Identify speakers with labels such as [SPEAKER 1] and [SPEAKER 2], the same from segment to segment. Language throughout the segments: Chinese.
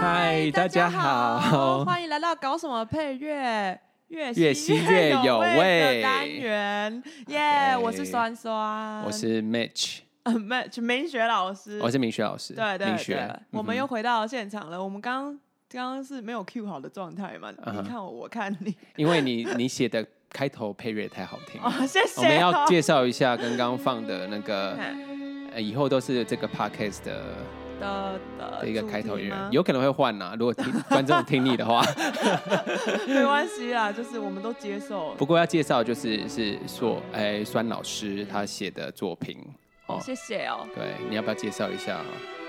[SPEAKER 1] 嗨，大家好，
[SPEAKER 2] 欢迎来到搞什么配乐。越
[SPEAKER 1] 越
[SPEAKER 2] 吸
[SPEAKER 1] 吸
[SPEAKER 2] 越
[SPEAKER 1] 越
[SPEAKER 2] 有
[SPEAKER 1] 有
[SPEAKER 2] 味的
[SPEAKER 1] 味
[SPEAKER 2] 单元，耶、我是
[SPEAKER 1] OK
[SPEAKER 2] 酸酸，
[SPEAKER 1] 我是 Mitch，
[SPEAKER 2] 呃 没明学老师，
[SPEAKER 1] 我是明学老师，
[SPEAKER 2] 对对
[SPEAKER 1] 明学，
[SPEAKER 2] 对
[SPEAKER 1] 嗯，哼
[SPEAKER 2] 我们又回到现场了。我们刚刚刚是没有 Q 好的状态嘛？
[SPEAKER 1] 嗯
[SPEAKER 2] 你
[SPEAKER 1] 哼
[SPEAKER 2] 看我，我看你，
[SPEAKER 1] 因为你你写的开头配乐太好听了，
[SPEAKER 2] 哦，谢谢
[SPEAKER 1] 我
[SPEAKER 2] 哦。嗯
[SPEAKER 1] 们要介绍一下刚刚放的那 个，
[SPEAKER 2] 看
[SPEAKER 1] 呃以后都是这个 podcast 的
[SPEAKER 2] 的的
[SPEAKER 1] 的一个
[SPEAKER 2] 呃主
[SPEAKER 1] 开头
[SPEAKER 2] 题
[SPEAKER 1] 音
[SPEAKER 2] 吗
[SPEAKER 1] 乐，有可能会换呐、如果 听观众听腻的话。
[SPEAKER 2] 没关系啦，就是我们都接受。
[SPEAKER 1] 不过要介绍就是是说，哎、酸老师他写的作品
[SPEAKER 2] 哦
[SPEAKER 1] 哦，
[SPEAKER 2] 谢谢哦。
[SPEAKER 1] 对，你要不要介绍一下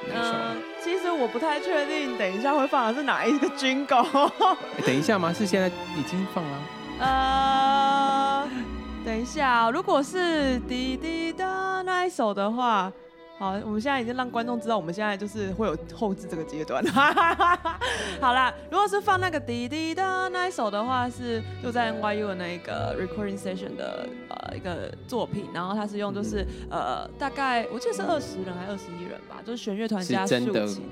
[SPEAKER 1] 哪一首？
[SPEAKER 2] 嗯，其实我不太确定，等一下会放的是哪一个军狗。
[SPEAKER 1] 哎等一下吗？是现在已经放了？
[SPEAKER 2] 呃，等一下哦、如果是滴滴的那一首的话，好，我们现在已经让观众知道，我们现在就是会有后置这个阶段。 好啦，如果是放那个滴滴的那一首的话，是就在 NYU 的那个 recording session 的呃一个作品，然后它是用就是、
[SPEAKER 1] 嗯
[SPEAKER 2] 呃大概我记得是二十人还是二十一人吧，就是弦乐团
[SPEAKER 1] 是
[SPEAKER 2] 加
[SPEAKER 1] 真
[SPEAKER 2] 竖
[SPEAKER 1] 的
[SPEAKER 2] 琴。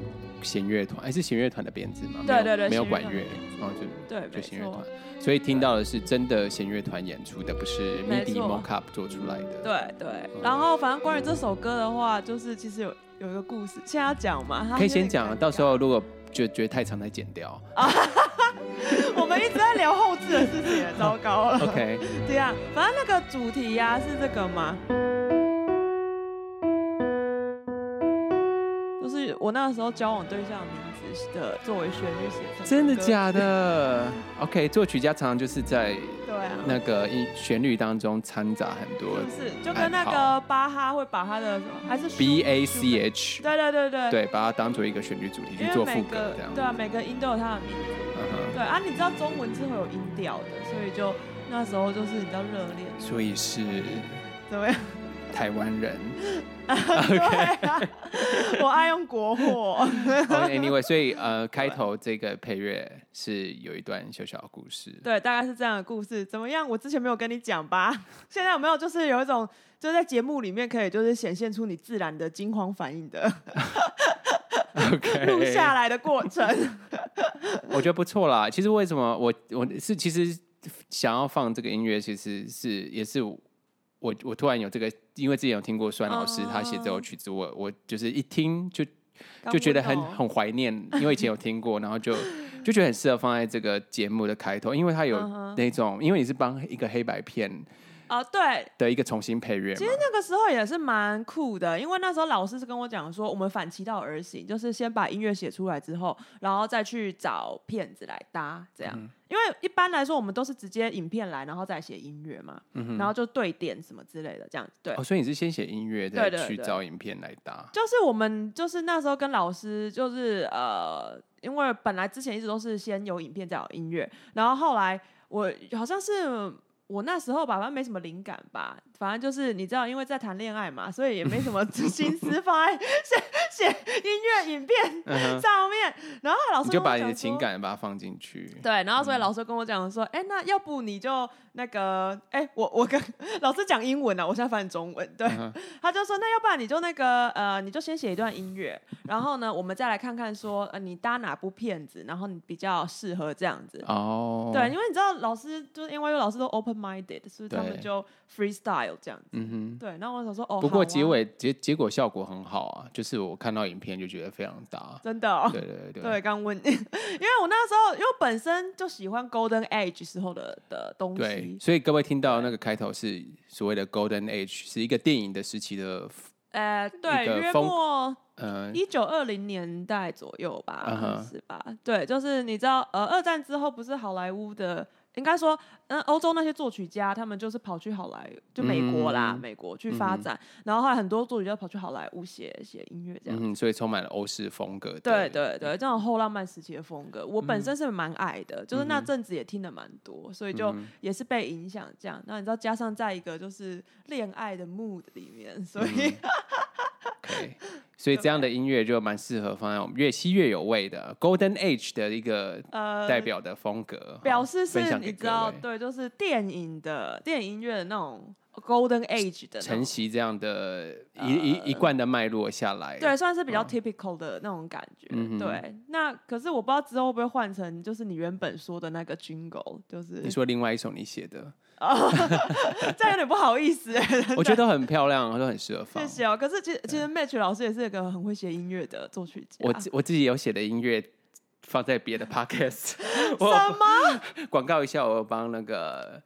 [SPEAKER 1] 弦乐团，哎、是弦乐团的编制吗？
[SPEAKER 2] 对
[SPEAKER 1] 没有
[SPEAKER 2] 对对
[SPEAKER 1] 没有
[SPEAKER 2] 弦乐
[SPEAKER 1] 管
[SPEAKER 2] 团的
[SPEAKER 1] 乐
[SPEAKER 2] 编制，
[SPEAKER 1] 然后就
[SPEAKER 2] 对，没
[SPEAKER 1] 就弦乐
[SPEAKER 2] 错
[SPEAKER 1] 团，，所以听到的是真的弦乐团演出的，不是
[SPEAKER 2] 没
[SPEAKER 1] MIDI
[SPEAKER 2] 错
[SPEAKER 1] mockup 做出来的。
[SPEAKER 2] 对对，然后反正关于这首歌的话，就是其实有有一个故事，现在要讲嘛，它
[SPEAKER 1] 可
[SPEAKER 2] 有
[SPEAKER 1] 以
[SPEAKER 2] 点
[SPEAKER 1] 先讲啊，
[SPEAKER 2] 尴
[SPEAKER 1] 到时候
[SPEAKER 2] 尬
[SPEAKER 1] 如果觉觉得太长再剪 掉。
[SPEAKER 2] 我们一直在聊后置的事情，糟糕了。
[SPEAKER 1] OK，
[SPEAKER 2] 对啊，反正那个主题呀、是这个嘛，就是我那时候交往对象的名字的作为旋律写成
[SPEAKER 1] 真的
[SPEAKER 2] 歌
[SPEAKER 1] 假的？OK，作曲家常常就是在
[SPEAKER 2] 对啊，
[SPEAKER 1] 那个音旋律当中掺杂很 多
[SPEAKER 2] 是不是就跟那
[SPEAKER 1] 暗
[SPEAKER 2] 个巴哈会把他的什么还是
[SPEAKER 1] B A C
[SPEAKER 2] H？
[SPEAKER 1] H，
[SPEAKER 2] 对对对对。
[SPEAKER 1] 对，把它当做一个旋律主题
[SPEAKER 2] 因
[SPEAKER 1] 去
[SPEAKER 2] 为
[SPEAKER 1] 做副
[SPEAKER 2] 每
[SPEAKER 1] 歌
[SPEAKER 2] 个
[SPEAKER 1] 这样。
[SPEAKER 2] 对啊，每个音都有它的名字。
[SPEAKER 1] 嗯哼
[SPEAKER 2] 对啊，你知道中文是会有音调的，所以就那时候就是你知道热恋
[SPEAKER 1] 所以是
[SPEAKER 2] 怎么样？
[SPEAKER 1] 台湾 人。
[SPEAKER 2] 对啊，我爱用国货。
[SPEAKER 1] 哦 anyway，所以呃，开头这个配乐是有一段小小的故事。
[SPEAKER 2] 对，大概是这样的故事。怎么样？我之前没有跟你讲吧？ 现在有没有就是有一种就是在节目里面可以就是显现出你自然的惊慌反应的
[SPEAKER 1] OK，
[SPEAKER 2] 录下来的过 程？
[SPEAKER 1] 我觉得不错啦。其实为什么我我是其实想要放这个音乐，其实是也是我我突然有这个，因为之前有听过酸老师
[SPEAKER 2] 哦
[SPEAKER 1] 他写这首曲子，我我就是一听就
[SPEAKER 2] 刚
[SPEAKER 1] 就觉得
[SPEAKER 2] 问
[SPEAKER 1] 很
[SPEAKER 2] 哦
[SPEAKER 1] 很怀念，因为以前有听过，然 后就就觉得很适合放在这个节目的开头，因为它有
[SPEAKER 2] 嗯哼
[SPEAKER 1] 那种，因为你是帮一个黑白片
[SPEAKER 2] 啊，对，
[SPEAKER 1] 的一个重新配乐嘛
[SPEAKER 2] 其实。那个时候也是蛮酷的，因为那时候老师是跟我讲说，我们反其道而行，就是先把音乐写出来之后，然后再去找片子来搭，这样。因为一般来说，我们都是直接影片来，然后再写音乐嘛，然后就对点什么之类的，这样对。
[SPEAKER 1] 哦，所以你是先写音乐，
[SPEAKER 2] 对
[SPEAKER 1] 再
[SPEAKER 2] 对
[SPEAKER 1] 去
[SPEAKER 2] 对
[SPEAKER 1] 找影片来搭。
[SPEAKER 2] 就是我们就是那时候跟老师就是呃，因为本来之前一直都是先有影片再有音乐，然后后来我好像是我那时候吧，反正没什么灵感吧，反正就是你知道，因为在谈恋爱嘛，所以也没什么心思放在写写音乐影片
[SPEAKER 1] 嗯哼
[SPEAKER 2] 上面。然后老师
[SPEAKER 1] 你就
[SPEAKER 2] 跟我
[SPEAKER 1] 把你的
[SPEAKER 2] 讲
[SPEAKER 1] 情
[SPEAKER 2] 说
[SPEAKER 1] 感把它放进去。
[SPEAKER 2] 对，然后
[SPEAKER 1] 嗯
[SPEAKER 2] 所以老师跟我讲说，哎、那要不你就那个，哎，我我跟老师讲英文啊，我现在翻中文，对，
[SPEAKER 1] 嗯哼
[SPEAKER 2] 他就说，那要不然你就那个，呃，你就先写一段音乐，然后呢，我们再来看看说，呃，你搭哪部片子，然后你比较适合这样子。
[SPEAKER 1] 哦，
[SPEAKER 2] 对，因为你知道老师就是因为老师都 open minded，所以他们
[SPEAKER 1] 对
[SPEAKER 2] 就 freestyle 这样子。
[SPEAKER 1] 嗯哼。
[SPEAKER 2] 对，那我想说，哦，
[SPEAKER 1] 不过
[SPEAKER 2] 好啊
[SPEAKER 1] 结尾、结结果效果很好啊，就是我看到影片就觉得非常搭。
[SPEAKER 2] 真的、哦，
[SPEAKER 1] 对对 对
[SPEAKER 2] 对，刚问你，因为我那时候因为我本身就喜欢 Golden Age 时候的的东
[SPEAKER 1] 对
[SPEAKER 2] 西，，
[SPEAKER 1] 所以各位听到那个开头是所谓的 Golden Age，是一个电影的时期的，
[SPEAKER 2] 呃，对，
[SPEAKER 1] 一个
[SPEAKER 2] 约
[SPEAKER 1] 风
[SPEAKER 2] 莫
[SPEAKER 1] 呃，
[SPEAKER 2] 一九二零年代左右吧
[SPEAKER 1] 嗯哼
[SPEAKER 2] 是吧？对，就是你知道，呃，二战之后不是好莱坞的，应该说，嗯、欧洲那些作曲家他们就是跑去好莱，就美国啦，
[SPEAKER 1] 嗯
[SPEAKER 2] 美国去发
[SPEAKER 1] 嗯哼
[SPEAKER 2] 展，然后后来很多作曲家跑去好莱坞写写音乐这样。
[SPEAKER 1] 嗯哼，所以充满了欧式风格的。
[SPEAKER 2] 对对对，这种后浪漫时期的风格，我
[SPEAKER 1] 嗯
[SPEAKER 2] 本身是蛮爱的，就是那阵子也听的蛮多，所以就
[SPEAKER 1] 嗯
[SPEAKER 2] 也是被影响这样。那你知道，加上在一个就是恋爱的 mood 里面，所
[SPEAKER 1] 嗯
[SPEAKER 2] 以、
[SPEAKER 1] OK，所以这样的音乐就蛮适合放在我们越吸越有味的 Golden Age 的一个
[SPEAKER 2] 呃，
[SPEAKER 1] 代表的风格，
[SPEAKER 2] 表
[SPEAKER 1] 好
[SPEAKER 2] 示
[SPEAKER 1] 分
[SPEAKER 2] 是
[SPEAKER 1] 享
[SPEAKER 2] 你
[SPEAKER 1] 给
[SPEAKER 2] 知
[SPEAKER 1] 各
[SPEAKER 2] 道，
[SPEAKER 1] 位
[SPEAKER 2] 对，就是电影的电影音乐的那种 Golden Age 的那种
[SPEAKER 1] 承袭这样的一一一贯的脉络下来。
[SPEAKER 2] 对，算是比较
[SPEAKER 1] 嗯
[SPEAKER 2] typical 的那种感觉。
[SPEAKER 1] 嗯哼
[SPEAKER 2] 对，那可是我不知道之后会不会换成就是你原本说的那个 jingle，就是
[SPEAKER 1] 你说另外一首你写的，
[SPEAKER 2] 这样有点不好意思、欸。
[SPEAKER 1] 我觉得都很漂亮，都很适合 放
[SPEAKER 2] 谢。谢哦。可是其实其实 Match 老师也是一个很会写音乐的作曲家。
[SPEAKER 1] 我自我自己有写的音乐放在别的 podcast，
[SPEAKER 2] 什
[SPEAKER 1] 我
[SPEAKER 2] 么
[SPEAKER 1] 广告一下，我有帮那个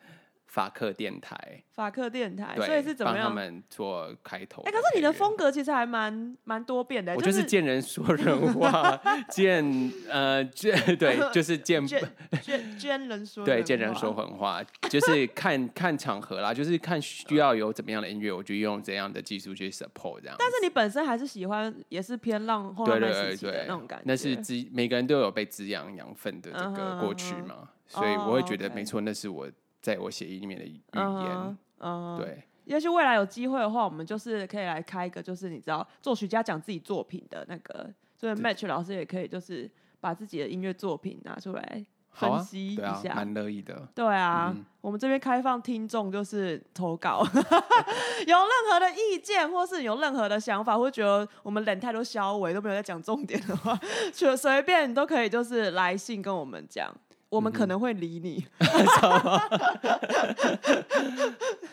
[SPEAKER 1] 法克电台，
[SPEAKER 2] 法克电台？
[SPEAKER 1] 对，
[SPEAKER 2] 哎所以是怎么
[SPEAKER 1] 帮他
[SPEAKER 2] 样？
[SPEAKER 1] 们做开头。
[SPEAKER 2] 哎、可是你的，风格其实还蛮蛮多变的、
[SPEAKER 1] 我
[SPEAKER 2] 就
[SPEAKER 1] 就是见人说人 话，见呃见对，就是见
[SPEAKER 2] 见见见人说
[SPEAKER 1] 对
[SPEAKER 2] 人
[SPEAKER 1] 见人
[SPEAKER 2] 话
[SPEAKER 1] 说混话，就是看看场合啦，就是看 需要有怎么样的音乐，我就用怎样的技术去 support 这样子。
[SPEAKER 2] 但是你本身还是喜欢，也是偏浪后
[SPEAKER 1] 对
[SPEAKER 2] 浪
[SPEAKER 1] 对
[SPEAKER 2] 漫时
[SPEAKER 1] 对
[SPEAKER 2] 期的
[SPEAKER 1] 对，
[SPEAKER 2] 那种感觉。
[SPEAKER 1] 那是滋每个人都有被滋养养分的这
[SPEAKER 2] 嗯
[SPEAKER 1] 个
[SPEAKER 2] 哼
[SPEAKER 1] 过去
[SPEAKER 2] 嗯哼
[SPEAKER 1] 嘛，所以
[SPEAKER 2] 哦
[SPEAKER 1] 我会觉得
[SPEAKER 2] ，OK
[SPEAKER 1] 没错，那是我在我写意里面的语
[SPEAKER 2] 嗯
[SPEAKER 1] 言。
[SPEAKER 2] 嗯，
[SPEAKER 1] 对，
[SPEAKER 2] 也许未来有机会的话，我们就是可以来开一个，就是你知道作曲家讲自己作品的那个，所以 Match 老师也可以就是把自己的音乐作品拿出来
[SPEAKER 1] 好
[SPEAKER 2] 分
[SPEAKER 1] 啊，
[SPEAKER 2] 析一
[SPEAKER 1] 对啊，
[SPEAKER 2] 下。
[SPEAKER 1] 蛮乐意的。
[SPEAKER 2] 对啊，我们这边开放听众就是投稿， 有任何的意见或是有任何的想法，或觉得我们冷太多消委都没有在讲重点的话， 就随便你都可以就是来信跟我们讲，我们可能会理你，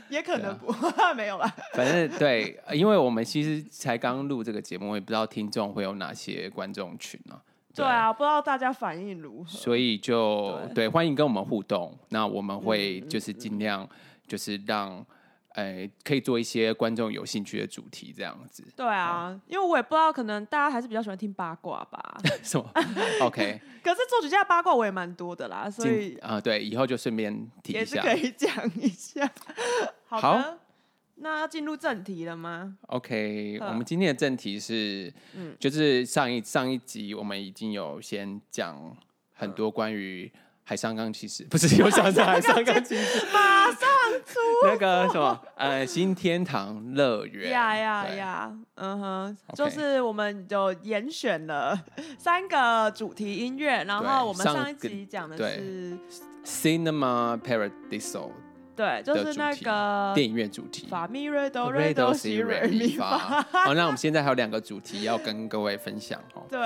[SPEAKER 2] 也可能不， 没有啦。
[SPEAKER 1] 反正对，呃因为我们其实才刚录这个节目，我也不知道听众会有哪些观众群啊。
[SPEAKER 2] 对啊，不知道大家反应如何。
[SPEAKER 1] 所以就对，欢迎跟我们互动。那我们会
[SPEAKER 2] 嗯
[SPEAKER 1] 就是尽量就是让。呃，可以做一些观众有兴趣的主题，这样子
[SPEAKER 2] 对啊，因为我也不知道，可能大家还是比较喜欢听八卦吧。
[SPEAKER 1] 什么？OK，
[SPEAKER 2] 可是作曲家的八卦我也蛮多的啦，所
[SPEAKER 1] 进
[SPEAKER 2] 以
[SPEAKER 1] 啊、对，以后就顺便提
[SPEAKER 2] 也
[SPEAKER 1] 一
[SPEAKER 2] 是
[SPEAKER 1] 下。
[SPEAKER 2] 可以讲一下。好的，
[SPEAKER 1] 好
[SPEAKER 2] 那要进入正题了吗？
[SPEAKER 1] OK，
[SPEAKER 2] 嗯
[SPEAKER 1] 我们今天的正题是，就是上一上一集我们已经有先讲很多关于海上钢琴师，不 是有想到海上钢琴师
[SPEAKER 2] 马上出
[SPEAKER 1] 那个 什么呃新天堂乐园，
[SPEAKER 2] 呀呀
[SPEAKER 1] 对，
[SPEAKER 2] 呀，嗯哼，
[SPEAKER 1] OK
[SPEAKER 2] 就是我们有严选了三个主题音乐，然后
[SPEAKER 1] 对
[SPEAKER 2] 我们
[SPEAKER 1] 上
[SPEAKER 2] 上一
[SPEAKER 1] 个
[SPEAKER 2] 集讲的
[SPEAKER 1] 对
[SPEAKER 2] 是，
[SPEAKER 1] ，Cinema Paradiso
[SPEAKER 2] 对，就
[SPEAKER 1] 的
[SPEAKER 2] 是
[SPEAKER 1] 主
[SPEAKER 2] 那
[SPEAKER 1] 题
[SPEAKER 2] 个
[SPEAKER 1] 电影院主题。
[SPEAKER 2] 呃法咪瑞哆瑞
[SPEAKER 1] Re
[SPEAKER 2] 哆
[SPEAKER 1] Do
[SPEAKER 2] 西
[SPEAKER 1] Si
[SPEAKER 2] 瑞
[SPEAKER 1] Re
[SPEAKER 2] 咪
[SPEAKER 1] Mi
[SPEAKER 2] 发，
[SPEAKER 1] Fa 好，那我们现在还有两个主题要跟各位分享哦。
[SPEAKER 2] 对，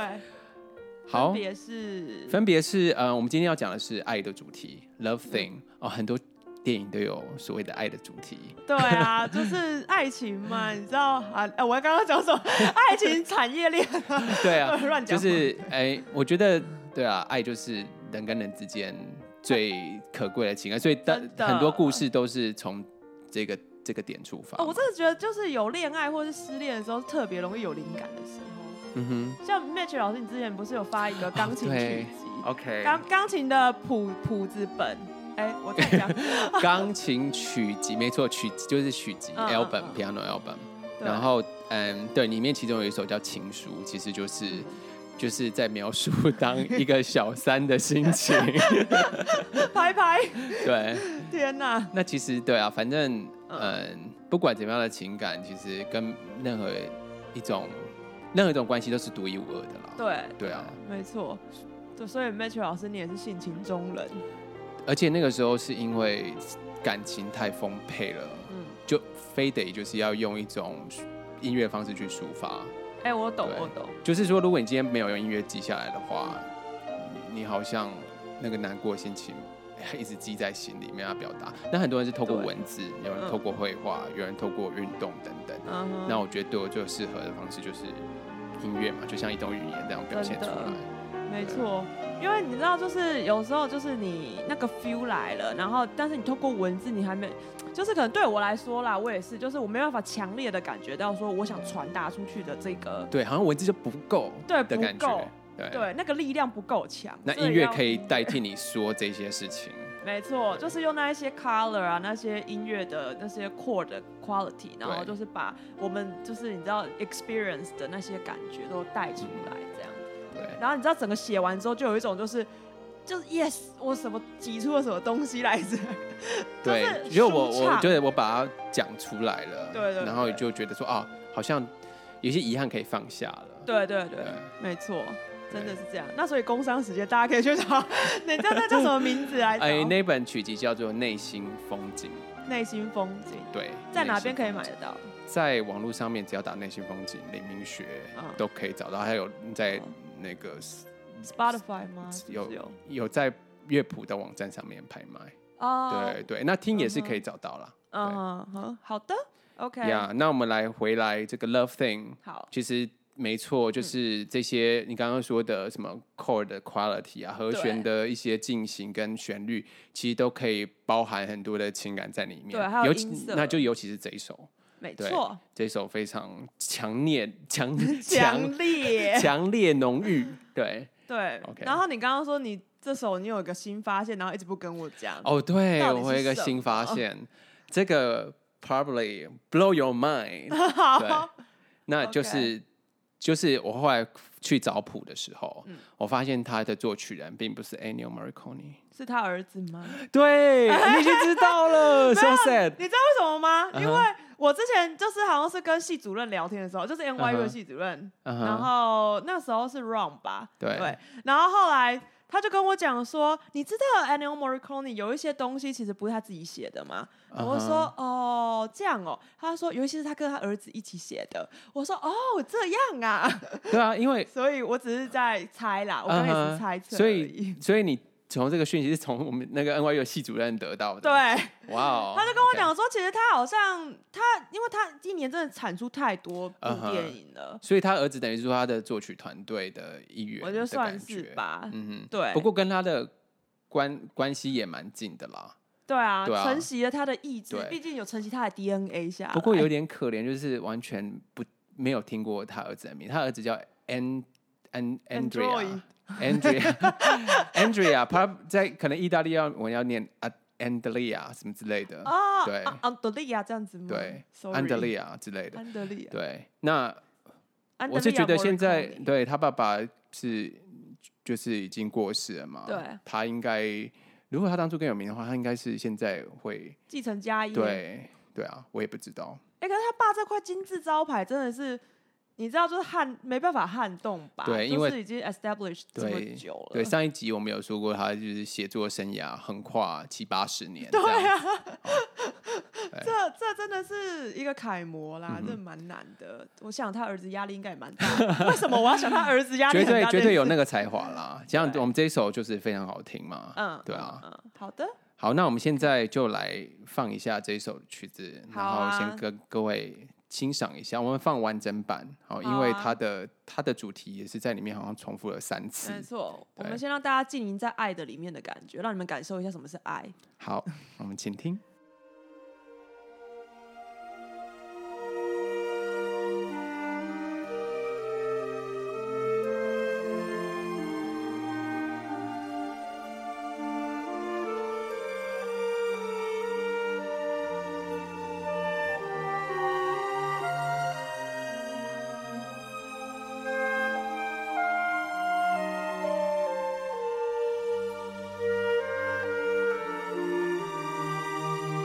[SPEAKER 1] 好
[SPEAKER 2] 分，别是
[SPEAKER 1] 分别是呃，我们今天要讲的是爱的主题，love thing、哦，很多电影都有所谓的爱的主题，
[SPEAKER 2] 对啊，就是爱情嘛，你知道啊？哎，我刚刚讲什么？爱情产业链
[SPEAKER 1] 对啊，
[SPEAKER 2] 乱讲
[SPEAKER 1] 就
[SPEAKER 2] 话
[SPEAKER 1] 是哎、我觉得对啊，爱就是人跟人之间最可贵的情感，所以当
[SPEAKER 2] 真的
[SPEAKER 1] 很多故事都是从这个这个点出发。
[SPEAKER 2] 哦，我真的觉得就是有恋爱或是失恋的时候，特别容易有灵感的时候。
[SPEAKER 1] 嗯
[SPEAKER 2] 像 Match 老师，你之前不是有发一个钢琴
[SPEAKER 1] 哦
[SPEAKER 2] 曲
[SPEAKER 1] 对
[SPEAKER 2] 集，
[SPEAKER 1] 哼，OK，
[SPEAKER 2] 钢钢琴的谱谱子本。哎，我在 讲，
[SPEAKER 1] 钢琴曲集没错，曲集就是曲集
[SPEAKER 2] 嗯嗯
[SPEAKER 1] album
[SPEAKER 2] 嗯
[SPEAKER 1] piano album，
[SPEAKER 2] 对
[SPEAKER 1] 然后嗯，对，里面其中有一首叫《情书》，其实就是。
[SPEAKER 2] 嗯
[SPEAKER 1] 就是在描述当一个小三的心情，
[SPEAKER 2] 拍拍，
[SPEAKER 1] 对。
[SPEAKER 2] 天哪，
[SPEAKER 1] 那其实对啊，反正
[SPEAKER 2] 嗯
[SPEAKER 1] 嗯，不管怎么样的情感，其实跟任何一种任何一种关系都是独一无二的啦。
[SPEAKER 2] 对
[SPEAKER 1] 对啊，
[SPEAKER 2] 没错。对，所以 Match 老师，你也是性情中人，
[SPEAKER 1] 而且那个时候是因为感情太丰沛了，
[SPEAKER 2] 嗯。
[SPEAKER 1] 就非得就是要用一种音乐方式去抒发。
[SPEAKER 2] 哎、我懂，
[SPEAKER 1] 对
[SPEAKER 2] 我懂。
[SPEAKER 1] 就是说，如果你今天没有用音乐记下来的话，你你好像那个难过的心情一直记在心里，没办法表达。那很多人是透过
[SPEAKER 2] 对
[SPEAKER 1] 文字，有人
[SPEAKER 2] 嗯
[SPEAKER 1] 透过绘画，有人透过运动等等。
[SPEAKER 2] 嗯哼，
[SPEAKER 1] 那我觉得对我最有适合的方式就是音乐嘛，就像一种语言这样表现出
[SPEAKER 2] 真
[SPEAKER 1] 来
[SPEAKER 2] 的。没错，因为你知道，就是有时候就是你那个 feel 来了，然后但是你透过文字，你还没，就是可能对我来说啦，我也是，就是我没办法强烈的感觉到说我想传达出去的这个，
[SPEAKER 1] 对，好像文字就不够，
[SPEAKER 2] 对
[SPEAKER 1] 的
[SPEAKER 2] 不
[SPEAKER 1] 感
[SPEAKER 2] 够
[SPEAKER 1] 觉，对。
[SPEAKER 2] 对，那个力量不够强。
[SPEAKER 1] 那
[SPEAKER 2] 所以
[SPEAKER 1] 音乐
[SPEAKER 2] 要
[SPEAKER 1] 可以代替你说这些事情，
[SPEAKER 2] 没错，就是用那一些 color 啊，那些音乐的那些 chord 的 quality，然后
[SPEAKER 1] 对
[SPEAKER 2] 就是把我们就是你知道 experience 的那些感觉都带出来，这样。
[SPEAKER 1] 对。
[SPEAKER 2] 然后你知道整个写完之后，就有一种就是就是 yes，我什么挤出了什么东西来着？
[SPEAKER 1] 对，
[SPEAKER 2] 就是
[SPEAKER 1] 就我
[SPEAKER 2] 舒
[SPEAKER 1] 我
[SPEAKER 2] 畅
[SPEAKER 1] 觉得我把它讲出来了，
[SPEAKER 2] 对对
[SPEAKER 1] 然后
[SPEAKER 2] 对
[SPEAKER 1] 你就觉得说啊，好像有些遗憾可以放下了，
[SPEAKER 2] 对对对，
[SPEAKER 1] 对
[SPEAKER 2] 没错，真的
[SPEAKER 1] 对
[SPEAKER 2] 是这样。那所以工商时间
[SPEAKER 1] 哎
[SPEAKER 2] 大家可以去找，你知道那叫什么名字来着？
[SPEAKER 1] 哎，那本曲集叫做《内心风景》，
[SPEAKER 2] 内心风景，
[SPEAKER 1] 对，
[SPEAKER 2] 在哪
[SPEAKER 1] 内
[SPEAKER 2] 边
[SPEAKER 1] 心
[SPEAKER 2] 可以
[SPEAKER 1] 风
[SPEAKER 2] 买
[SPEAKER 1] 景
[SPEAKER 2] 得到？
[SPEAKER 1] 在网络上面只要打内心风景、黎明学、
[SPEAKER 2] 嗯
[SPEAKER 1] 都可以找到，还有在
[SPEAKER 2] 哦
[SPEAKER 1] 那个
[SPEAKER 2] Spotify 吗？是不是
[SPEAKER 1] 有
[SPEAKER 2] 有
[SPEAKER 1] 有在乐谱的网站上面拍卖，
[SPEAKER 2] 哦，
[SPEAKER 1] 对，对，那听也是
[SPEAKER 2] 嗯哼
[SPEAKER 1] 可以找到啦。
[SPEAKER 2] 嗯哼哼，好的，OK，
[SPEAKER 1] 呀那我们来回来这个 Love Thing，
[SPEAKER 2] 好，嗯
[SPEAKER 1] 其实没错，就是这些你刚刚说的什么 chord 的 quality 啊，和弦的一些进行跟旋律，其实都可以包含很多的情感在里面。
[SPEAKER 2] 对还有
[SPEAKER 1] 尤其
[SPEAKER 2] 音色
[SPEAKER 1] 那就尤其是这一首，
[SPEAKER 2] 没
[SPEAKER 1] 对
[SPEAKER 2] 错，
[SPEAKER 1] 这一首非常强烈、强 强
[SPEAKER 2] 强烈，
[SPEAKER 1] 强烈浓郁。对，
[SPEAKER 2] 对
[SPEAKER 1] OK。
[SPEAKER 2] 然后你刚刚说你这首你有一个新发现，然后一直不跟我讲，
[SPEAKER 1] 哦，对，
[SPEAKER 2] 到底
[SPEAKER 1] 我会有一个
[SPEAKER 2] 是什
[SPEAKER 1] 新发
[SPEAKER 2] 么
[SPEAKER 1] 现，这个 probably blow your mind。
[SPEAKER 2] 好
[SPEAKER 1] 对，那就是就是我后来去找谱的时候，
[SPEAKER 2] 嗯
[SPEAKER 1] 我发现他的作曲人并不是 Ennio Morricone。
[SPEAKER 2] 是他儿子吗？
[SPEAKER 1] 对，你已经知 道了，so sad。
[SPEAKER 2] 你知道为什么吗？
[SPEAKER 1] 嗯哼
[SPEAKER 2] 因为我之前就是好像是跟系主任聊天的时候，就是 NYU
[SPEAKER 1] 嗯哼
[SPEAKER 2] 的系主任
[SPEAKER 1] 嗯哼
[SPEAKER 2] 然后那时候是 Ron 吧，
[SPEAKER 1] 对
[SPEAKER 2] 然后后来他就跟我讲说，你知道 Ennio Morricone 有一些东西其实不是他自己写的吗？
[SPEAKER 1] 嗯哼
[SPEAKER 2] 我就说哦，这样哦。他说，尤其是他跟他儿子一起写的。我说哦，这样啊。
[SPEAKER 1] 对啊，因为
[SPEAKER 2] 所以我只是在猜啦，我刚刚也
[SPEAKER 1] 嗯哼
[SPEAKER 2] 是猜测而已、
[SPEAKER 1] 所以所以你从这个讯息是从我们那个 NYU 的系主任得到的。
[SPEAKER 2] 对，，
[SPEAKER 1] 哇哦，
[SPEAKER 2] 他就跟我
[SPEAKER 1] OK，
[SPEAKER 2] 讲说，其实他好像他，因为他一年真的产出太多部
[SPEAKER 1] 嗯哼
[SPEAKER 2] 电影了
[SPEAKER 1] 所以他儿子等于是说他的作曲团队的一员，
[SPEAKER 2] 我觉得算是。吧。
[SPEAKER 1] 嗯哼，
[SPEAKER 2] 对
[SPEAKER 1] 不过跟他的关关系也蛮近的啦。
[SPEAKER 2] 对啊，
[SPEAKER 1] 对啊
[SPEAKER 2] 承袭了他的意志
[SPEAKER 1] 对，
[SPEAKER 2] 毕竟有承袭他的 DNA 下来。
[SPEAKER 1] 不过有点可怜，就是完全不没有听过他儿子的名，他儿子叫 An An Andrea
[SPEAKER 2] Android
[SPEAKER 1] Andrea Andrea，他在可能意大利要我要念 a Andrea 什么之类的，
[SPEAKER 2] 啊，
[SPEAKER 1] 对
[SPEAKER 2] 啊安德利亚这样子吗？
[SPEAKER 1] 对
[SPEAKER 2] Sorry
[SPEAKER 1] ，Andrea 之类的，
[SPEAKER 2] 安德利亚，
[SPEAKER 1] 对。那
[SPEAKER 2] 安德利亚
[SPEAKER 1] 我是觉得现在
[SPEAKER 2] Morricone
[SPEAKER 1] 对他爸爸是就是已经过世了嘛，
[SPEAKER 2] 对，
[SPEAKER 1] 他应该如果他当初更有名的话，他应该是现在会
[SPEAKER 2] 继承家业，
[SPEAKER 1] 对对啊，我也不知道。
[SPEAKER 2] 哎、可是他爸这块金字招牌真的是，你知道，就是撼没办法撼动吧？
[SPEAKER 1] 对
[SPEAKER 2] 就
[SPEAKER 1] 因为
[SPEAKER 2] 是已经 establish 这么久了，
[SPEAKER 1] 对，上一集我们有说过，他就是写作生涯横跨七八十年。
[SPEAKER 2] 对
[SPEAKER 1] 这样
[SPEAKER 2] 啊
[SPEAKER 1] 子，哦哎
[SPEAKER 2] 这这真的是一个楷模啦，
[SPEAKER 1] 嗯
[SPEAKER 2] 这蛮难的。我想他儿子压力应该也蛮大的，为什么我要想他儿子压力
[SPEAKER 1] 绝
[SPEAKER 2] 很大
[SPEAKER 1] 对
[SPEAKER 2] 这件事？
[SPEAKER 1] 绝对有那个才华啦。这样
[SPEAKER 2] 对
[SPEAKER 1] 我们这一首就是非常好听嘛。
[SPEAKER 2] 嗯，
[SPEAKER 1] 对啊。
[SPEAKER 2] 嗯，嗯好的，
[SPEAKER 1] 好，那我们现在就来放一下这一首曲子，然
[SPEAKER 2] 好
[SPEAKER 1] 后
[SPEAKER 2] 啊
[SPEAKER 1] 先跟各位欣赏一下。我们放完整版，好，因
[SPEAKER 2] 好
[SPEAKER 1] 为
[SPEAKER 2] 啊
[SPEAKER 1] 它的它的主题也是在里面好像重复了三次
[SPEAKER 2] 没。错。我
[SPEAKER 1] 嗯对
[SPEAKER 2] 们先让大家浸淫在爱的里面的感觉，让你们感受一下什么是爱。
[SPEAKER 1] 好，我们请听。
[SPEAKER 2] 嗯